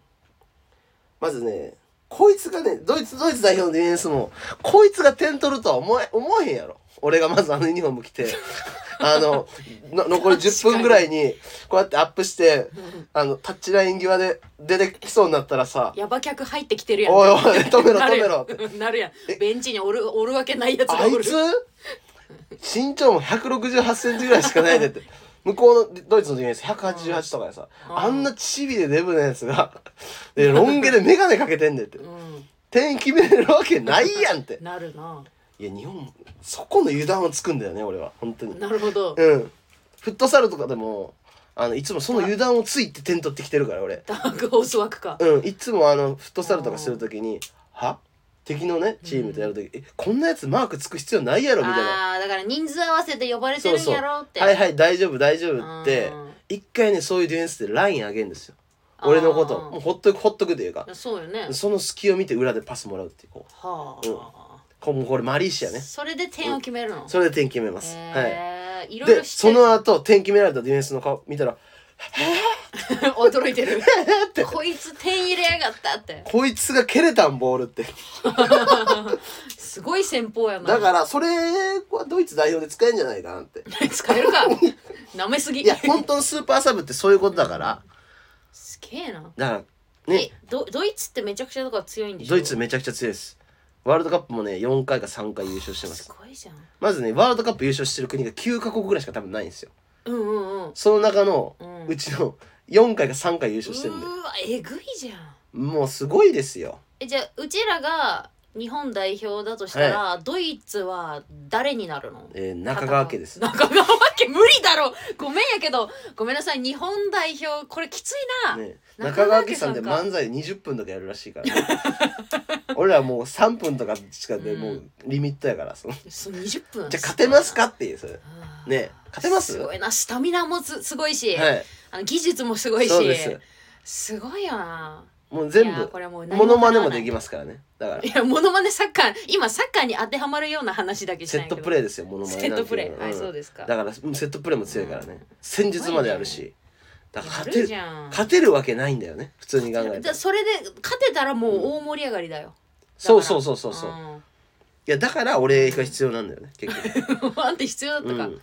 B: まずねこいつがねドイツドイツ代表のディフェンスもこいつが点取るとは思え思わへんやろ俺がまずあのユニフォーム着て [LAUGHS] あのの残り10分ぐらいにこうやってアップしてあのタッチライン際で出てきそうになったらさ
A: ヤバ客入ってきてる
B: 「
A: やん
B: おいおい止めろ
A: なる
B: 止め
A: や
B: ろ」
A: ん
B: っ
A: [LAUGHS]
B: て
A: なるやんベンチにおるおるわけないやつが
B: あ
A: おる
B: いつ身長も168センチぐらいしかない
A: [LAUGHS]
B: ねって。向こうのドイツのディフェンス188とかでさ、
A: うん
B: あんなチビでデブなやつが、で、ロン毛でメガネかけてんねんって
A: う。ん
B: 点決めれるわけないやんって。
A: なるない
B: や、日本、そこの油断をつくんだよね、俺は。本当に。
A: なるほど
B: うん。フットサルとかでも、あの、いつもその油断をついて点取ってきてるから、俺。
A: ダークホース枠か
B: うん、いつもあのフットサルとかするときに「は敵のねチームとやるとき、えこんなやつマークつく必要ないやろ」みたいな
A: あーだから人数合わせて呼ばれてるんやろって
B: はいはい大丈夫大丈夫って
A: うん
B: 一回ねそういうディフェンスでライン上げるんですよ俺のこと
A: あー
B: もうほっとくほっとくというか
A: そうよね
B: その隙を見て裏でパスもらうっていうこう
A: はあ、
B: こうもうこれマリーシアね
A: それで点を決めるの、
B: それで点決めます、はい
A: へーいろいろ
B: で
A: 知って
B: そ
A: る
B: の後点決められたディフェンスの顔見たら「
A: 驚いてる
B: え [LAUGHS] っ!」って
A: こいつ点入れやがったって
B: こいつが蹴れたんボールって
A: すごい戦法やな
B: だからそれはドイツ代表で使えんじゃないかなって
A: 使える
B: [LAUGHS]
A: かなめすぎ
B: いや本当のスーパーサブってそういうことだから
A: すげえな
B: だから
A: え
B: ね
A: ドドイツってめちゃくちゃだから強いんでしょ
B: ドイツめちゃくちゃ強いですワールドカップもね4回か3回優勝してますす
A: ごいじゃん
B: まずねワールドカップ優勝してる国が9カ国ぐらいしか多分ないんですよ
A: うんうんうん
B: その中の
A: うん
B: うちの4回か3回優
A: う
B: 勝してるんで
A: ーわえぐいじゃん
B: もうすごいですよ
A: えじゃあうちらが日本代表だとしたら、ドイツは誰になるの
B: えー中川家です。
A: 中川家無理だろごめんやけどごめんなさい日本代表これきついな、
B: ね、
A: 中
B: 中
A: 川
B: 川
A: 家
B: 家
A: さ
B: さ
A: ん
B: ん
A: か
B: で漫才20分とかやるらし
A: [LAUGHS]
B: いから、ね、俺らもう3分とかしかで、
A: うん
B: もうリミットやからそのじ
A: そう20分
B: ゃあ勝てますかっていうそれ
A: あー
B: ね勝てます
A: すごいなスタミナもすすごいし、
B: は
A: あの技術もすごい
B: い
A: し
B: そうです
A: すごいよな
B: もう全
A: いや
B: 部
A: これもう何
B: モノマネもでき
A: わ
B: ますからねだか
A: から
B: ら
A: ないいやモノマネサッカー今サッカーに当てはまるような話だけし
B: セ
A: ない
B: ッ
A: けど
B: トプレーですよモノマネ
A: セットプレー、はい
B: うん
A: そうですか
B: だからうんセットプレーも強いからね、戦術まであるしだから勝て
A: やる
B: る
A: じゃん
B: 勝てるわけないんだよね普通に考
A: じ
B: えた
A: ゃあ
B: ら
A: それで勝てたらもう大盛り上がりだよ、
B: そうそうそうそうそう、い
A: ん [LAUGHS]
B: やだから俺が必要なんだよね結局、
A: あんて必要だった
B: う
A: か、
B: ん、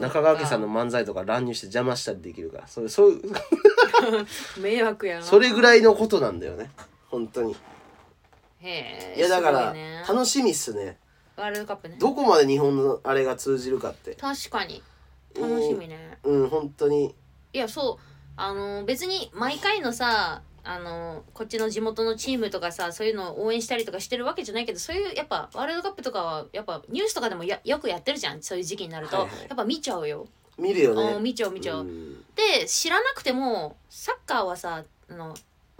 B: 中川家さんの漫才とか乱入して邪魔したりできるからそれそういう
A: 迷惑やな
B: それぐらいのことなんだよね本当に
A: へえ
B: いやだか
A: す
B: ら
A: ごいね
B: 楽しみっすね
A: ワールドカップね
B: どこまで日本のあれが通じるかって
A: 確かに楽しみね
B: うん本当に
A: いやそうあの別に毎回のさあのこっちの地元のチームとかさそういうのを応援したりとかしてるわけじゃないけどそういうやっぱワールドカップとかはやっぱニュースとかでもやよくやってるじゃんそういう時期になると、
B: はいはい
A: やっぱ見ちゃうよ、
B: 見るよ
A: あー
B: ね
A: 見ちゃう見ちゃう、
B: ん
A: で知らなくてもサッカーはさあの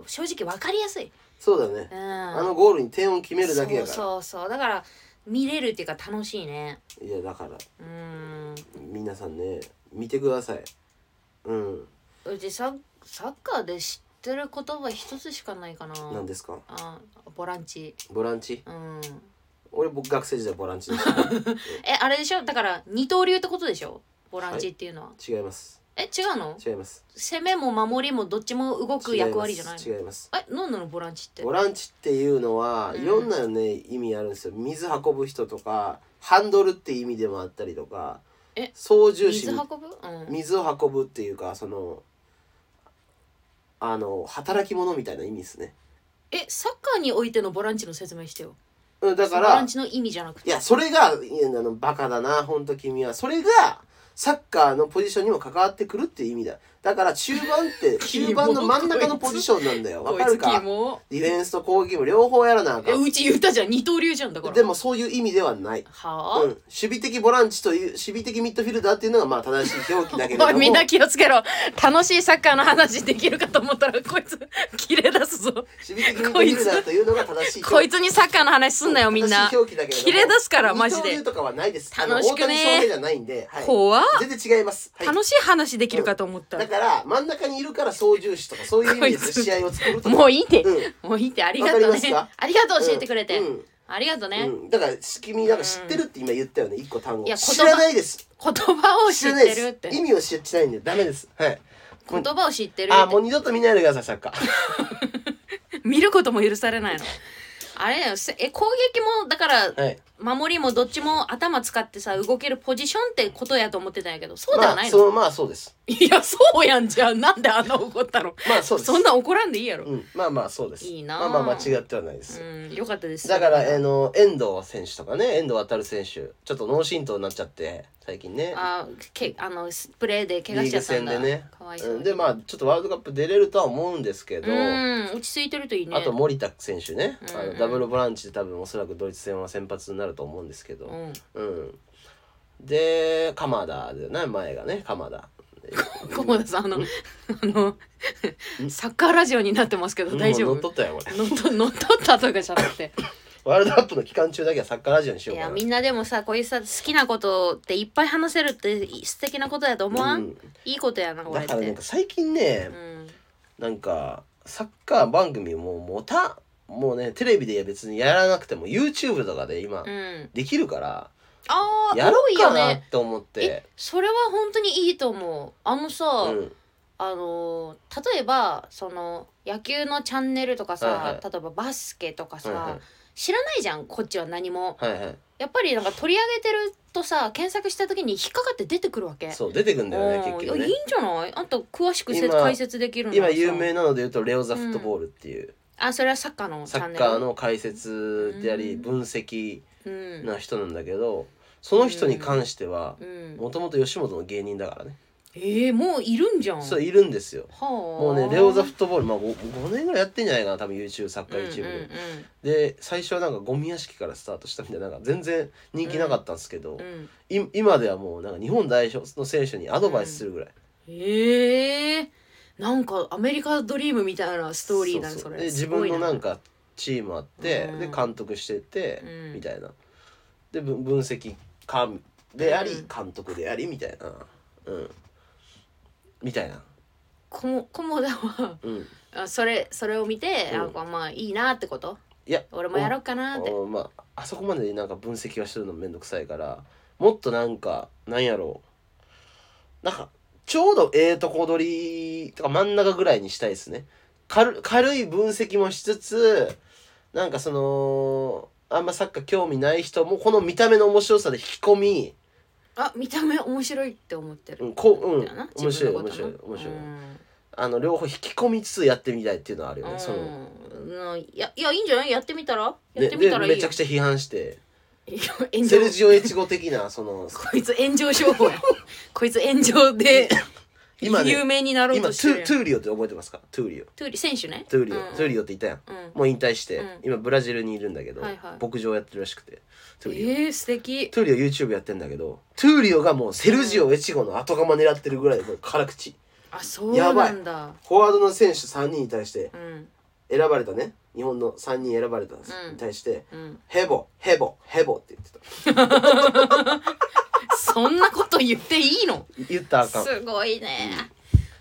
A: 正直分かりやすい、
B: そうだよね
A: うん、
B: あ
A: あ
B: のゴールに点を決めるだけやから
A: そうそうそうだから見れるっていうか楽しいね
B: いやだから
A: うん
B: 皆さんね見てくださいうん
A: うちササッカーで知ってる言葉一つしかないかな
B: 何ですか
A: あボランチ
B: ボランチ
A: うん
B: 俺僕学生時代ボランチでした
A: えあれでしょだから二刀流ってことでしょボランチっていうのは、
B: 違います
A: え違うの
B: 違います
A: 攻めも守りもどっちも動く役割じゃない
B: 違います
A: え何なのボランチって
B: ボランチっていうのは、
A: うん
B: いろんなね意味あるんですよ水運ぶ人とかハンドルって意味でもあったりとか
A: え
B: 操縦士
A: 水運ぶうん
B: 水を運ぶっていうかそのあの働き者みたいな意味ですね、
A: えサッカーにおいてのボランチの説明してよ
B: うん、だか
A: ボラ
B: ら
A: ンチの意味じゃなく
B: い
A: て
B: やそれがいやあのバカだな本当君はそれがサッカーのポジションにも関わってくるっていう意味だだから中盤って
A: [LAUGHS] キモ
B: 中盤の真ん中のポジションなんだよわ
A: こ
B: か
A: い
B: る
A: つキ
B: か
A: モ
B: ディフェンスと攻撃も両方やらなあ
A: え
B: かん
A: うち言ったじゃん二刀流じゃんだから
B: でもそういう意味ではない、
A: はあ、
B: うん、守備的ボランチという守備的ミッドフィルダーっていうのがまあ正しい表記だけれど
A: おい [LAUGHS]
B: も
A: みんな気をつけろ楽しいサッカーの話できるかと思ったらこいつ [LAUGHS] 切れ出すぞ
B: 守備的ミッドフィルダーというのが正しい表記
A: こいつにサッカーの話すんなよみんな
B: 私表記だけれども
A: 切れ出すからマジ
B: 二刀
A: で
B: 流とかはないです。あの
A: 楽しくね
B: 大谷翔平じゃないんで、はい
A: 怖っ
B: 全然違います。はい
A: 楽しい話できるかと思った
B: だから真ん中にいるから操縦士とかそういう意味
A: こい
B: で
A: つ
B: 試合を作るとか。
A: もういいね
B: うん
A: もういいってありがとう
B: わかりま
A: ね
B: すか
A: ありがとう教えてくれて
B: うんうん
A: ありがとうね
B: うんだから君なんか知ってるって今言ったよね一個単語
A: いや言葉
B: 知らないです
A: 言葉を
B: 知
A: 知
B: ら
A: っ
B: ない
A: てるっ
B: で
A: て
B: す意味を知ってないんでダメですはい
A: 言葉を知ってる
B: あ
A: っ
B: もう二度と見ないでくださいサッカ
A: [LAUGHS]
B: ー
A: て見ることも許されないのあれだよせえ攻撃もだから
B: はい
A: 守りもどっちも頭使ってさ動けるポジションってことやと思ってたんやけどそうでは
B: ま
A: な
B: あ
A: い
B: そ
A: の、
B: のまあそうです
A: いやそうやんじゃんなんであんな怒ったの
B: まあそうです
A: そんな怒らんでいいやろ
B: うんまあまあそうです
A: いいな
B: まあまあ間違ってはないです
A: うんよかったです
B: だから、あの遠藤選手とかね遠藤航選手ちょっと脳震盪になっちゃって最近ね
A: あけあのスプレーで
B: リ
A: 怪我し
B: ー
A: ちゃ
B: グ
A: ったん
B: 戦
A: だ
B: でね
A: かわいそう
B: う
A: に
B: ん、でまあちょっとワールドカップ出れるとは思うんですけど、
A: うん落ち着いてるといいね
B: あと森田選手ね、
A: うんうん
B: あのダブルボランチで多分おそらくドイツ戦は先発になると思うんですけ
A: う
B: ど、
A: ん、
B: うんで鎌田でね前がね鎌田
A: 小田さんあのあのサッカーラジオになってますけど [LAUGHS] 大丈
B: もう乗っ
A: 夫
B: とったよこれ
A: 乗っと乗っ取ったとかじゃなくて
B: ワールドカップの期間中だけはサッカーラジオにし
A: い
B: ようか
A: や
B: な
A: みんなでもさこういうさ好きなことっていっぱい話せるって素敵なことやと思わん、
B: うん
A: いいことやなこれ
B: だ
A: っ
B: からなん
A: て
B: か最近ね、
A: うん
B: なんかサッカー番組ももうたもうねテレビで別にやらなくても YouTube とかで今
A: うん
B: できるから、
A: ああ
B: やろ
A: 多
B: う
A: いよ
B: かな
A: ね
B: って思って
A: え、それは本当にいいと思うあのさ、
B: うん、
A: あのー例えばその野球のチャンネルとかさ、
B: はいはい
A: 例えばバスケとかさ、
B: はい
A: 知らないじゃんこっちは何も
B: はいはいは
A: やっぱりなんか取り上げてるとさ検索した時に引っかかって出てくるわけ
B: いそう出てくんだよね
A: うん
B: 結局
A: いや
B: ね
A: いいんじゃないあんた詳しくせ
B: 今
A: 解説できるの
B: 今有名なので言うと「レオ・ザ・フットボール」っていう、
A: あそれはサッカーのチ
B: サ
A: ャン
B: ッ
A: ネル
B: カーの解説であり
A: うん
B: 分析
A: うん
B: な人なんだけどその人に関しては
A: うん
B: もともと吉本の芸人だからね
A: ええもういるんじゃん。
B: そういるんですよ
A: はあ。も
B: もうねレオ・ザ・フットボール、まあ、5, 年ぐらいやってんじゃないかな多分 YouTube サッカー YouTube で、で最初はなんかゴミ屋敷からスタートしたみたいななんか全然人気なかったんですけど、
A: うんうんうんうん
B: い今ではもうなんか日本代表の選手にアドバイスするぐらい、
A: ええなんかアメリカドリームみたいなストーリーだね
B: そう
A: そ
B: そう
A: れ
B: で自
A: すご
B: 分
A: い
B: のなんかチームあって、
A: うん
B: で監督してて、
A: うん
B: みたいなでぶ分析官であり、
A: うん
B: 監督でありみたいなうんみたいな
A: こもコモダは
B: うん
A: あそれそれを見て、
B: うん
A: なんかまあいいなってこと
B: いや
A: 俺もやろうかなって
B: おまああそこまでなんか分析はするのめんどくさいからもっとなんかなんやろうなんかちょうどええとこ取りとか真ん中ぐらいにしたいですね軽軽い分析もしつつなんかそのあんまサッカー興味ない人もこの見た目の面白さで引き込み、
A: あ見た目面白いって思ってる、
B: うんこううん
A: みたいな
B: 面
A: 自
B: 白い
A: 分のこ
B: 面
A: と
B: 白い
A: な
B: 面白い、
A: うん
B: あの両方引き込みつつやってみたいっていうのはあるよね、その
A: うんいやいやいいんじゃないやってみたらや
B: で
A: ってみたらいい
B: で
A: よ
B: めちゃくちゃ批判して
A: いや炎
B: セルジ
A: 上
B: オエチゴ的な
A: [LAUGHS]
B: その
A: こいつ炎上商法
B: [LAUGHS]
A: やこいつ炎上で
B: 今ね
A: 有名になろう
B: 今ト
A: としてる
B: ゥ
A: やん
B: トゥーリオって覚えてますかトゥーリオ
A: トゥーリ選手ね
B: トゥーリオ、
A: うん
B: トゥーリオっていたやん
A: うん
B: もう引退して、
A: うん
B: 今ブラジルにいるんだけど、
A: はいはい
B: 牧場やってるらしくてトゥーリオ、
A: えー、素敵
B: トゥーリオ YouTube やってんだけどトゥーリオがもうセルジオ・エチゴの後釜狙ってるぐらいこれ辛口
A: あそうなんだ
B: フォワードの選手3人に対して
A: うん
B: 選ばれたね日本の3人選ばれたんです、
A: うん
B: に対して
A: うん
B: ヘボヘボヘボって言ってた
A: そんなこと言っていいの
B: 言ったらあかん
A: すごいね。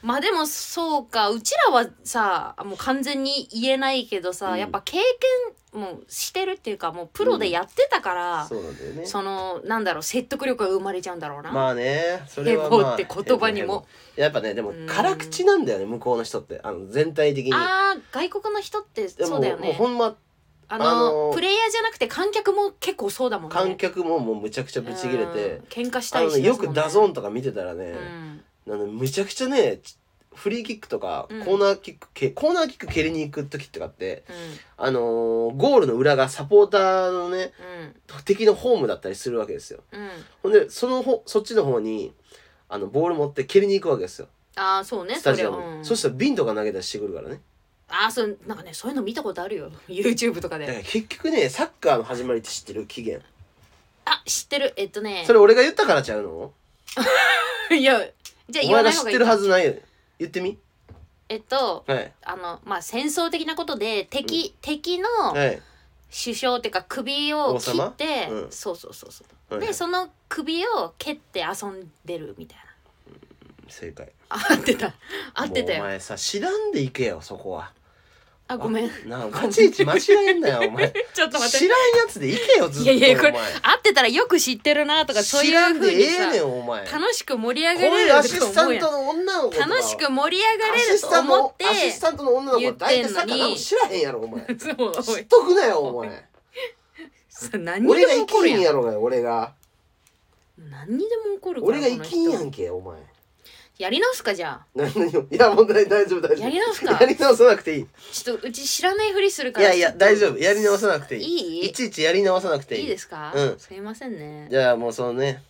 A: まあでもそうかうちらはさもう完全に言えないけどさ、
B: うん
A: やっぱ経験もうしてるっていうかもうプロでやってたから、
B: そうなんだよね
A: そのなんだろう説得力が生まれちゃうんだろうな、
B: まあねそれは、まあ、
A: ヘボって言葉にも
B: ヘボヘボやっぱねでも
A: うん
B: 辛口なんだよね向こうの人ってあの全体的に
A: あー外国の人って
B: でも
A: そうだよ
B: もう
A: ね
B: ほんま
A: あの、
B: あのー
A: プレイヤーじゃなくて観客も結構そうだもんね
B: 観客ももうむちゃくちゃぶち切れて、
A: うん喧嘩した
B: あの
A: り
B: ね
A: し
B: よくダゾーン
A: ン
B: とか見てたらね
A: う、ん
B: あのむちゃくちゃねちフリーキックとか
A: うん
B: コーナーキックけ、コーナーキック蹴りに行く時とかって
A: う
B: あのーゴールの裏がサポーターのね
A: ん
B: 敵のホームだったりするわけですよ
A: うんうん
B: ほんでそのほそっちの方にあのボール持って蹴りに行くわけですよ
A: ああそうね
B: スタジアム
A: そ
B: に
A: れ
B: そ,、
A: うん
B: したら瓶とか投げ出してくるからね
A: ああそうなんかねそういうの見たことあるよ [LAUGHS] YouTube とか
B: だか
A: で
B: ら結局ねサッカーの始まりって知ってる期限
A: あ知ってるえっとね
B: それ俺が言ったからちゃうの
A: [LAUGHS] いやじゃあ
B: お
A: 言わな
B: 前が
A: い
B: 知
A: 方がいい
B: ってるはずないよね言ってみ
A: えっと
B: はい
A: あのまあ戦争的なことで敵、敵の
B: はい
A: 首相っていうか首を
B: 王
A: 切
B: 様
A: って、
B: うん
A: そうそうそうそう、
B: はい
A: でその首を蹴って遊んでるみたいな [LAUGHS]
B: 正解
A: あ合ってた合ってた
B: もうお
A: よ
B: 前さ知らんでいけよそこは
A: あごめんち
B: なあ立ち位置間違えんなよお前
A: ょっと [LAUGHS] 待っ
B: 知
A: て
B: らんやつでいけよずっ
A: い
B: と
A: や
B: お前
A: いやこれ合ってたらよく知ってるなとかそうい
B: 知ら
A: うんふ
B: で
A: う
B: え
A: に
B: え
A: さ
B: ねんお前こ
A: 楽しく盛り上
B: う
A: が
B: いう
A: れ
B: ア
A: る
B: シ
A: と
B: スタ
A: 思う
B: ン
A: やん
B: トの女の子とか
A: 楽しく盛り上が
B: ア
A: れ
B: シ
A: る
B: ス
A: と
B: タント
A: 思
B: の
A: って
B: アシスタントの女の子
A: 言
B: は
A: ってんのに
B: 大体サッカーなんか知らへんやろお前
A: そうお
B: 知
A: い
B: っとくなよお前
A: それ何に
B: 俺
A: で
B: が
A: も
B: 生
A: 怒
B: き
A: るや
B: るん
A: ん
B: やろがよ俺が
A: 何にでも怒るから
B: 俺が生きん
A: この
B: や
A: 人
B: んけお前
A: やり直すかじゃあ
B: 何何をいや問題大丈夫大丈夫
A: やり直すか
B: やり直さなくていい
A: ちょっとうち知らないふりする
B: い
A: から
B: やいや
A: ちょっと
B: 大丈夫やり直さなくていい
A: いい
B: いちいちやり直さなくていい
A: いいですか、
B: うん
A: すいませんね
B: じゃあもうそのね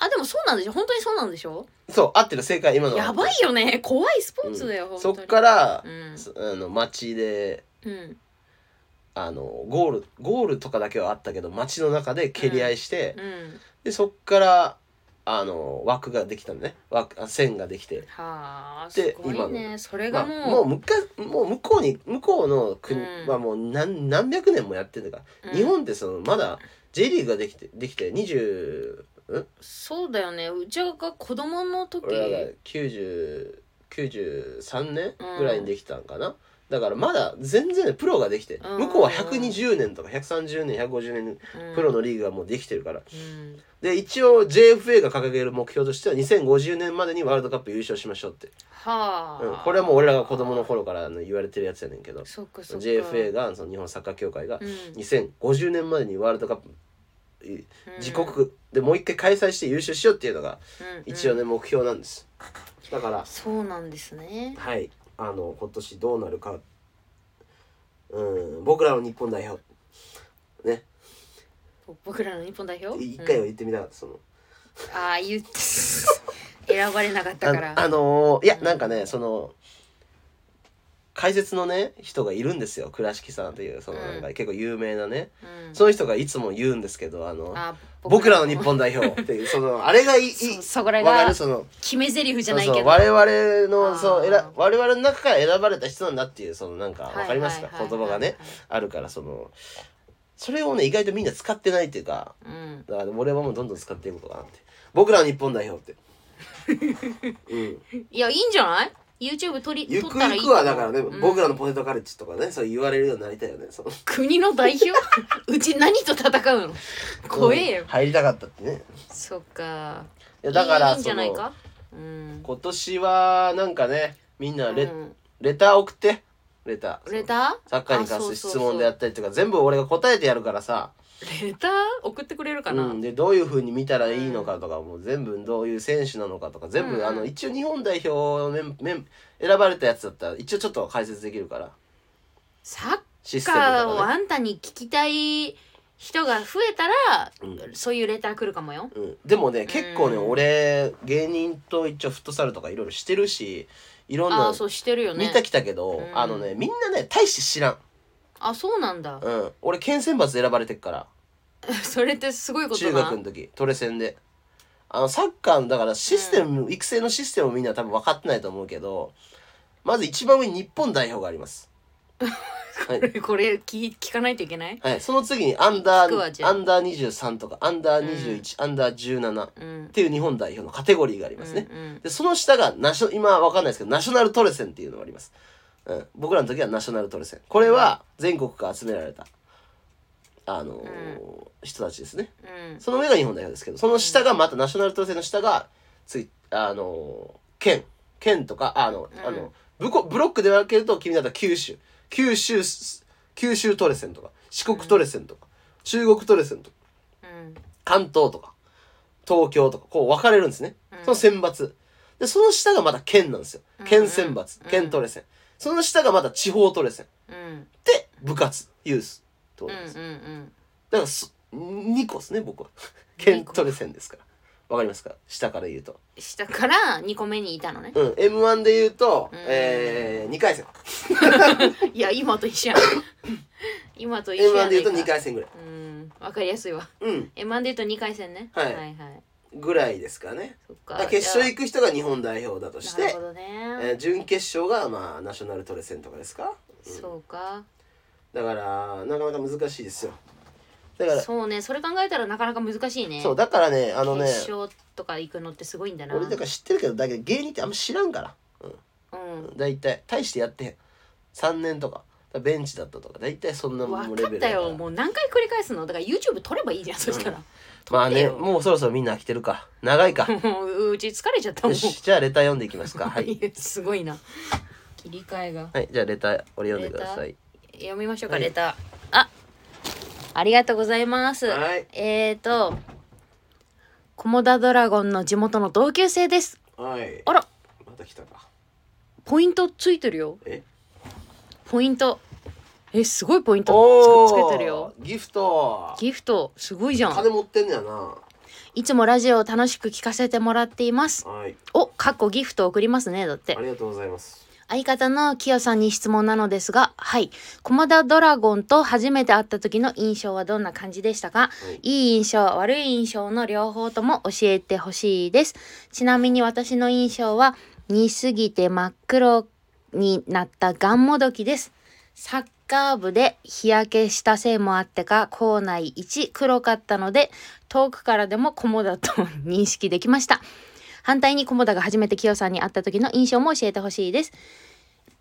A: あでもそうなんでしょ本当にそうなんでしょ
B: そう合ってる正解今のは
A: やばいよね怖いスポーツだよ、
B: うん
A: 本当
B: そっ
A: に
B: から
A: う、ん
B: そあの街で
A: うん
B: あのゴールゴールとかだけはあったけど街の中で蹴り合いして、
A: うん
B: でそっからあの枠ができたのね枠あ線ができて、
A: はあす
B: で
A: ごい
B: 今
A: ねそれ
B: まあ、
A: がもう,、
B: もう向かもう向こうに向こうの国
A: うん
B: はもう何何百年もやってるから、
A: うん
B: 日本ってそのまだ J リーグができてできて20
A: そうだよねうちが子供の時
B: 俺らが90 93年ぐらいにできたんかな、だからまだ全然プロができて
A: うん
B: 向こうは120年とか130年150年プロのリーグがもうできてるから
A: うん
B: で一応 JFA が掲げる目標としては2050年までにワールドカップ優勝しましょうって、
A: はあ、
B: うん、これはもう俺らが子供の頃からあの言われてるやつやねんけど
A: そっかそっか
B: JFA がその日本サッカー協会が
A: うん
B: 2050年までにワールドカップい
A: うん
B: 自国でもう一回開催して優勝しようっていうのが
A: うん
B: 一応
A: うん
B: ね目標なんですだから
A: そうなんですね
B: はい、あの今年どうなるか、うん、僕らの日本代表ね
A: 僕らの日本代表
B: 一回は
A: うん
B: 言ってみたかった、その
A: ああ言って選ばれなかったから
B: ああのーいや
A: うん
B: なんかねその解説のね人がいるんですよ倉敷さんというそのなんか
A: う
B: 結構有名なね、
A: うん
B: その人がいつも言うんですけどあの
A: あ
B: 僕らの日
A: [LAUGHS]
B: 本代表っていうそのあれがいい
A: そそこら
B: わか
A: が
B: るその
A: 決め台詞じゃ
B: そ
A: な
B: う
A: い
B: そ
A: け
B: う
A: ど
B: 我々のそ
A: あ
B: う
A: ー
B: えら我々の中から選ばれた人なんだっていうそのなんかわかりますか
A: はいはいはい
B: 言葉がねあるからそのそれをね意外とみんな使ってないっていうか
A: うん
B: だから俺はもうどんどん使っていこうかなって僕らの日本
A: [LAUGHS]
B: 代表ってうん
A: いやいいんじゃない YouTube 取り
B: ゆ
A: 撮
B: く
A: ったらい
B: ゆ
A: い
B: くはだからね、
A: うん
B: 僕らのポテトカルチとかねそう言われるようになりたいよねそう
A: 国の代 [LAUGHS] 表うち何と戦うの怖えよ
B: うん [LAUGHS] 入りたかったってね
A: そっか
B: いやだから
A: いいんじゃない
B: その
A: かうん
B: 今年はなんかねみんなレ,、
A: うん
B: レター送ってレター
A: レター
B: サッカーに関する質問であったりとか全部俺が答えてやるからさ、
A: てレター送ってくれるかな、
B: うん、でどういうふうに見たらいいのかとか、もう全部どういう選手なのかとか全部、
A: うん
B: あの一応日本代表のメンメン選ばれたやつだったら一応ちょっと解説できるから
A: サ
B: シ
A: ッ
B: ステム
A: カー
B: と
A: を
B: か、ね
A: あんたに聞きたい人が増えたら、
B: うん
A: そういうレター来るかもよ
B: うん、でもね結構ね、
A: うん
B: 俺芸人と一応フットサルとかいろいろしてるしいろん
A: あ
B: な
A: あそうしてるよね
B: 見たきたけど、
A: うん
B: あのねみんなね大して知らん、
A: あそうなんだ [LAUGHS]
B: うん、俺県選抜選ばれてっから
A: それってすごいこと
B: 中
A: な
B: 学の時トレセンであのサッカーのだからシステム、育成のシステムをみんな多分分かってないと思うけどまず一番上に日本代表があります、はい
A: これ聞聞かないといけない
B: はい、その次にアンダ
A: 聞くわ
B: ー
A: じゃあ
B: アンダー23とかアンダー21、アンダー17っ
A: うん
B: ていう日本代表のカテゴリーがありますね、
A: うんうん
B: でその下がナショ今は分かんないですけどナショナルトレセンっていうのがあります、うん、僕らの時はナショナルトレセンこれは全国から集められたあのー人たちですね
A: うん
B: その上が日本代表ですけど、その下がまたナショナルトレセンの下が、つい、あのー、県、県とか、あの、
A: うん
B: あの、ブコ、ブロックで分けると、君だったら九州、九州す、九州トレセンとか、四国トレセンとか、中国トレセンとか、
A: うん
B: 関東とか、東京とか、こう分かれるんですね。
A: うん
B: その選抜。で、その下がまた県なんですよ。県選抜、
A: うん
B: 県トレセン。その下がまた地方トレセン。
A: うん
B: で、部活、ユース、ってこ
A: うんうん
B: とです。
A: うん
B: だからそ2個ですね僕は県トレセンですからわかりますか下から言うと
A: 下から二個目にいたのね
B: うん m 1で言うと、
A: うん
B: えー、2回戦
A: いや今と一
B: [LAUGHS]
A: 緒やん今と一
B: m
A: 緒や
B: 1
A: ね
B: で
A: んか
B: 言うと2回戦ぐらい
A: うんわかりやすいわ
B: うん
A: えマンデート2回戦ね
B: はい
A: はい
B: ぐらいですかね
A: そっ
B: だ
A: か
B: から決勝
A: じゃ
B: 行く人が日本代表だと
A: あ
B: し
A: なる
B: て
A: ほ、どね、
B: えー準決勝がまあナショナルトレセンとかですか、うん
A: そうか
B: だからなかなか難しいですよだからそ,、
A: そうねそれ考えたらなかなか難しいうね
B: だからねあのね
A: 決勝とか行くのってすごいんだな
B: 俺だから知ってるけどだけど芸人ってあんま知らんから
A: うん
B: 大体大してやってへん3年とかだからベンチだったとか大体そんなもん
A: 分
B: レ
A: か
B: ベ
A: っ
B: ル
A: た
B: だから
A: よもう何回繰り返すのだから YouTube 撮ればいいじゃんそ
B: [LAUGHS]
A: したら、
B: まあ
A: って
B: ね
A: よ
B: もうそろそろみんな飽きてるか長いか
A: もううち疲れちゃったも
B: よ
A: ん
B: しじゃあレター読んでいきますかはい
A: [LAUGHS] すごいな切り替えが
B: はいじゃあレター俺読んでください
A: 読みましょうか、
B: はい
A: レターあありがとうございます、
B: はい
A: えーと菰田ドラゴンの地元の同級生です
B: はい
A: あら
B: また来たか
A: ポイントついてるよ
B: え
A: ポイントえすごいポイン
B: お
A: ト
B: お
A: つつけてるよ
B: ギフト
A: ギフトすごいじゃん
B: 金持ってんねやない
A: つもラジオを楽しく聞かせてもらっています
B: はい
A: おかっこギフト送りますねだって
B: ありがとうございます
A: 相方のキヨさんに質問なのですがはい駒田ドラゴンと初めて会った時の印象はどんな感じでしたか
B: はい
A: いい印象悪い印象の両方とも教えてほしいですちなみに私の印象は煮すぎて真っ黒になったガンもどきですサッカー部で日焼けしたせいもあってか校内一黒かったので遠くからでも菰田と認識できました反対に菰田が初めて清さんに会った時の印象も教えてほしいです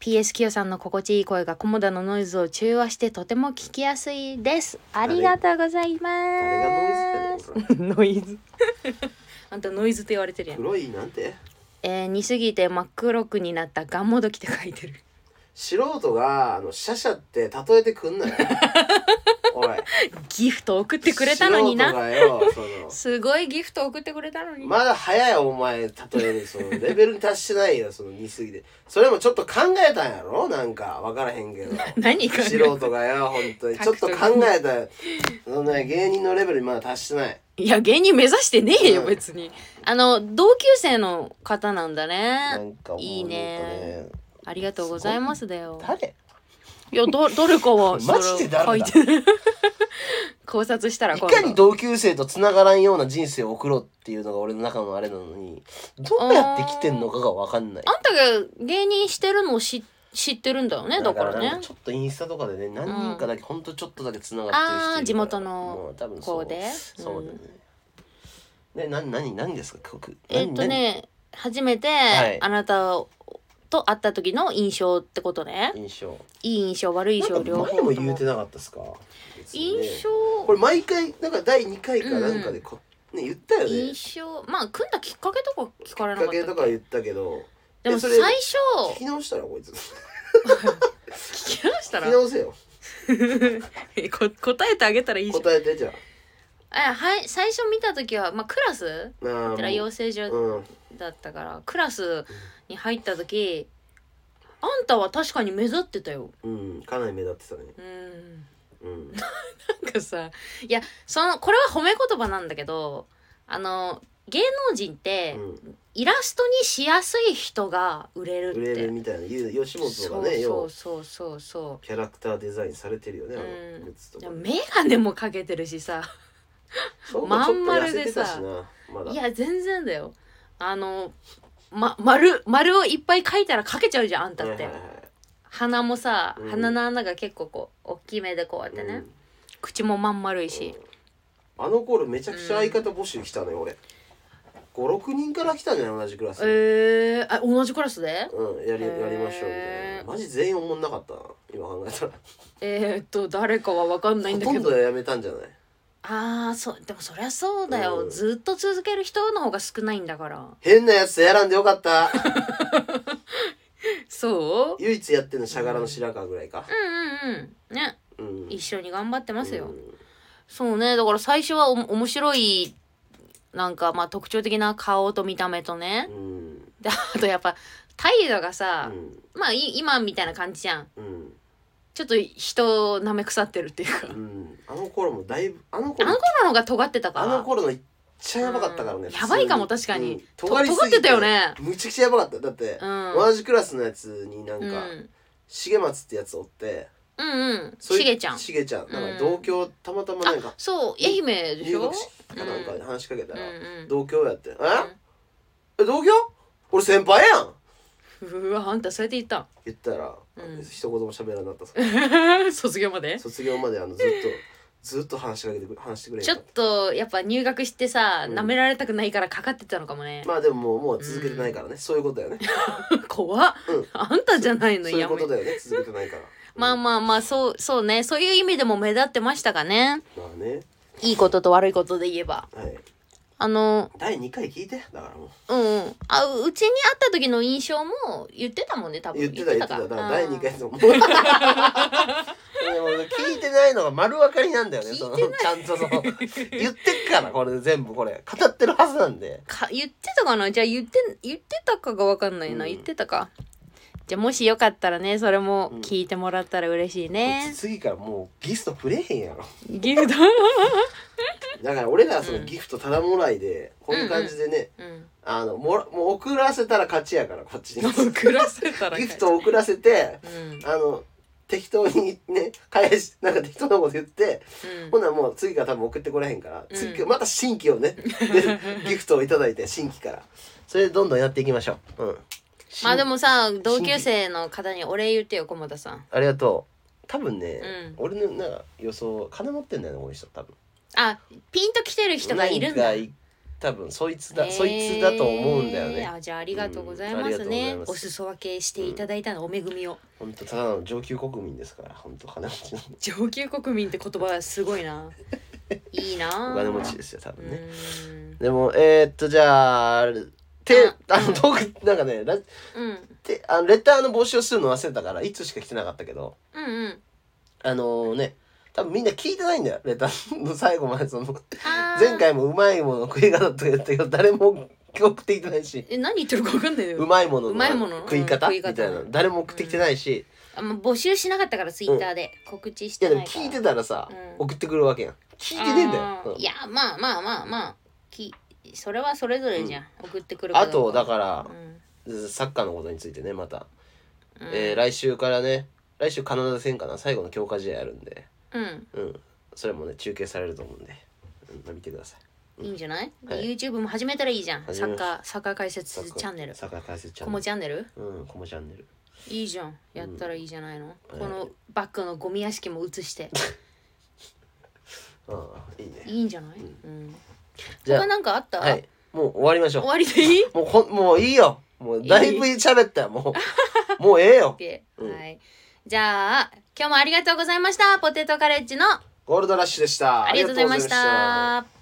A: PS 清さんの心地いい声が菰田のノイズを中和してとても聞きやすいですありがとうございます
B: 誰がノイズって
A: [LAUGHS]
B: ね
A: ノイズあんたノイズって言われてるやん
B: 黒いなんて
A: えー、煮すぎて真っ黒くになったガンモドキって書いてる
B: 素人があのシャシャって例えてくん
A: [LAUGHS]
B: なよおい
A: [LAUGHS] ギフト送ってくれたのに
B: 素
A: な
B: 人がよその
A: すごいギフト送ってくれたのに、
B: まだ早いよお前例えるそのレベルに達してないよその似すぎてそれもちょっと考えたんやろなんか分からへんけど
A: 何か [LAUGHS]
B: 素人がよ本当にちょっと考えたよそのね芸人のレベルにまだ達してない
A: いや芸人目指してねえよ
B: うん
A: 別にあの同級生の方なんだ
B: な
A: ね
B: んかもう
A: いいね
B: なんかね
A: ありがとうございますだよ
B: 誰
A: いやど誰か [LAUGHS] は
B: マジで誰だ
A: それ書いて [LAUGHS] 考察したら
B: い
A: 今
B: かに
A: 度
B: 同級生と繋がらんような人生を送ろうっていうのが俺の中のあれなのにどうやって来てんのかが分かんない
A: あんたが芸人してるのを知知ってるんだよねだから
B: なん
A: ね
B: ちょっとインスタとかでね何人かだけ、ほんとちょっとだけ繋がって
A: あー
B: る人いるから
A: 地元の
B: もう多分そう
A: こうで
B: そうだ
A: う
B: ね
A: ん、
B: ねな何何ですか曲
A: えっとね初めて
B: はい
A: あなたと会った時の印象ってことね
B: 何印象
A: いい印象悪い印象両
B: なんか
A: 方
B: 前も
A: と
B: 言う
A: も
B: てなかったですか別にね
A: 印象
B: これ毎回なんか第2回かなんかでこ、ね言ったよねき
A: 印象まあ組んだきっかけとか聞かれ
B: っ
A: な
B: か
A: かっ
B: け
A: た
B: と
A: っ
B: か
A: け
B: 言ったけど
A: でも
B: えそ
A: 最
B: れ
A: 初
B: 聞き直したらこいつ聞 [LAUGHS]
A: 聞き直したら
B: き直せよ
A: [LAUGHS] こ答えてあげたらいいじゃん
B: 答えてじゃ
A: あはい最初見た時はまあクラス
B: ああ
A: 寺養成所
B: うん
A: だったからクラスに入った時あんたは確かに目立ってたよ
B: うんかなり目立ってたね
A: うん
B: うん
A: なんかさいやそのこれは褒め言葉なんだけどあの芸能人って
B: うん
A: イラストにしやすい人が売れる
B: 売れ
A: って、
B: るみたいな言う吉
A: そ
B: 本が
A: う
B: ねよ
A: そう
B: う
A: そうそうそ
B: キャラクターデザインされてるよねあの
A: うん
B: グッズと
A: うい
B: か
A: や眼鏡もかけてるしさ
B: そうかちょっと痩せてたし
A: ま
B: なまだ
A: いや全然だよあのま丸丸をいっぱい描いたら描けちゃうじゃんあんたって、
B: はいはいはい
A: 鼻もさ、
B: うん
A: 鼻の穴が結構こう大きめでこうやってね、
B: うん
A: 口もまん丸いし、
B: あの頃めちゃくちゃ相方募集来たのよ俺56人から来たんじゃない同じクラス、
A: えー、あ同じクラスで
B: うん、やり
A: へー
B: やりましょうみたいなマジ全員おもんなかったな今考えたら
A: えー、っと誰かは分かんないん
B: ほ
A: だ
B: と
A: け
B: ん
A: ど
B: どやめたんじゃない
A: ああそうでもそりゃそうだよ、
B: うん
A: ずっと続ける人の方が少ないんだから
B: 変なやつとやらんでよかった [LAUGHS]
A: そう
B: 唯一やってんのしゃがらの白川ぐらいか
A: うんうんうんね
B: うん
A: 一緒に頑張ってますよ、
B: うん
A: そうねだから最初はお面白いなんかまあ特徴的な顔と見た目とね
B: うん
A: であとやっぱ態度がさ
B: う、ん
A: まあい今みたいな感じじゃん
B: うん
A: ちょっと人を舐め腐ってるっていうか
B: うんあの頃もだいぶあの
A: あ
B: 頃
A: の頃の方が尖ってたか
B: あ
A: ら
B: の頃のいっちゃやばかったからね
A: うんやばいかも確かに
B: うん
A: と
B: 尖りすぎ
A: 尖ってたよね
B: むちゃくちゃやばかっただって
A: うん
B: 同じクラスのやつになん
A: うん、
B: か重松ってやつおって
A: うんうん
B: そい
A: しげちゃん
B: しげちゃんなん
A: うん
B: か同居たまたまなん
A: あ
B: か
A: そう愛媛でし
B: 入
A: ょ
B: 学式かなんかで話しかけた
A: うん
B: ら
A: うん
B: 同居やって「ええ同居俺先輩やん!
A: うわあんたそうやって言った」
B: 言ったら
A: うん
B: 一言も喋らなかったそう
A: の [LAUGHS] 卒業まで
B: 卒業まであ
A: [LAUGHS]
B: のずっとずっと話しかけてく話してくれへん
A: ち
B: か
A: ょ
B: っ
A: っとやっぱ入学してさ
B: うん
A: 舐められたくないからかかってたのかもね
B: た、まあでももうもう続けてないからねそういうことだよね
A: [LAUGHS] 怖っ、
B: うん
A: あんたじゃないの
B: そういう
A: や
B: こ
A: め
B: とだよね続けてないから
A: まあ
B: うん
A: まあまあそうそうねそういう意味でも目立ってましたかね
B: まあね
A: いいことと悪いことで言えば
B: はい
A: あの
B: 第2回聞いてだからもう
A: うんうんあうちに会った時の印象も言ってたもんね多分
B: 言ってた言ってた
A: か
B: だから
A: うん
B: 第2回のもう [LAUGHS] でも俺聞いてないのが丸分かりなんだよねその
A: 聞いて
B: ちゃんとその言ってっからこれ全部これ語ってるはずなんで
A: か言ってたかなじゃあ言って言ってたかが分かんないな、
B: うん
A: 言ってたかじゃあもしよかったらねそれも
B: うん
A: 聞いてもらったら嬉しいね、
B: 次からもうギフトくれへんやろ
A: ギフト
B: だから俺らはそうの
A: ん
B: ギフトただもらいでこういう感じでね
A: うん
B: あのもらもう送らせたら勝ちやからこっち
A: [LAUGHS]
B: に
A: 送らせたら
B: ギフト送らせて
A: うんうん
B: あの適当にね返しなんか適当なこと言ってほんならもう次から多分送ってこれへんから、
A: うん
B: 次また新規
A: [LAUGHS]
B: をねでギフトをいただいて新規からそれでどんどんやっていきましょう、うん、
A: まあでもさ同級生の方にお礼言ってよ駒田さん
B: ありがとう多分ね、
A: うん
B: 俺のなんか予想金持ってんだよねこの人多分
A: あピンと来てる人がいるんだ
B: なんか多分そいつだ、
A: へー
B: そいつだと思うんだよね
A: あじゃあありがとうございます
B: うんありがとうござ
A: ね、
B: います
A: お裾分けしていただいたの、お恵みを
B: 本当ただの上級国民ですから本当金持ちの
A: 上級国民って言葉がすごい
B: [LAUGHS]
A: ないいな
B: お金持ちですよ多
A: う
B: 分ね、
A: ーん
B: でもえー、っとじゃあてあのトークなんかねラ
A: うん
B: てあのレターの募集をするの忘れたからいつしか来てなかったけど
A: うんうん
B: あのね、多分みんな聞いてないんだよ。レターの最後までその、
A: あー
B: 前回もうまいもの食い方とか言ったけど、誰も送ってきてないし、
A: え何言ってるか分かんないよ
B: うまいもの
A: うまいもの
B: 食い方
A: うん食
B: み
A: い方
B: たいな、誰も送ってきてないし、
A: あもう募集しなかったからツイッターで告知し
B: い
A: て
B: やで
A: な
B: も
A: いから
B: 聞いてたらさ
A: うん、
B: 送ってくるわけやん。聞いてねえんだよ
A: あ、ー
B: うん
A: いやまあまあまあまあきそれはそれぞれじゃん、送ってくる
B: あとだから
A: う、ん
B: サッカーのことについてねまた、
A: うん
B: えー来週からね来週カナダ戦かな最後の強化試合あるんで
A: うん
B: うんそれもね中継されると思うんで、うん、見てください
A: いいんじゃない、
B: はい
A: YouTube も始めたらいいじゃん
B: 始
A: サ
B: めま
A: ッ
B: す
A: カーサッカー解
B: サッ
A: 説
B: カー
A: チャンネル
B: サッカー解説チャ
A: コ
B: ンネ
A: モ
B: ル
A: チャンネル
B: うんコモチャンネル
A: いいじゃんやったらいいじゃないの、
B: うん
A: このバッグのゴミ屋敷も映して
B: ああいいね
A: いいんじゃない、うん、
B: じゃ
A: 他なんかあった、
B: あはいもう終わりましょう
A: 終わりでいい
B: もうほんもういいよもうだいぶ喋ったよ
A: [LAUGHS]
B: もうもうええよ
A: OK
B: うん
A: はいじゃあ今日もありがとうございましたポテトカレッジの
B: ゴールドラッシュでした
A: ありがとうございま
B: ありがとうございま
A: した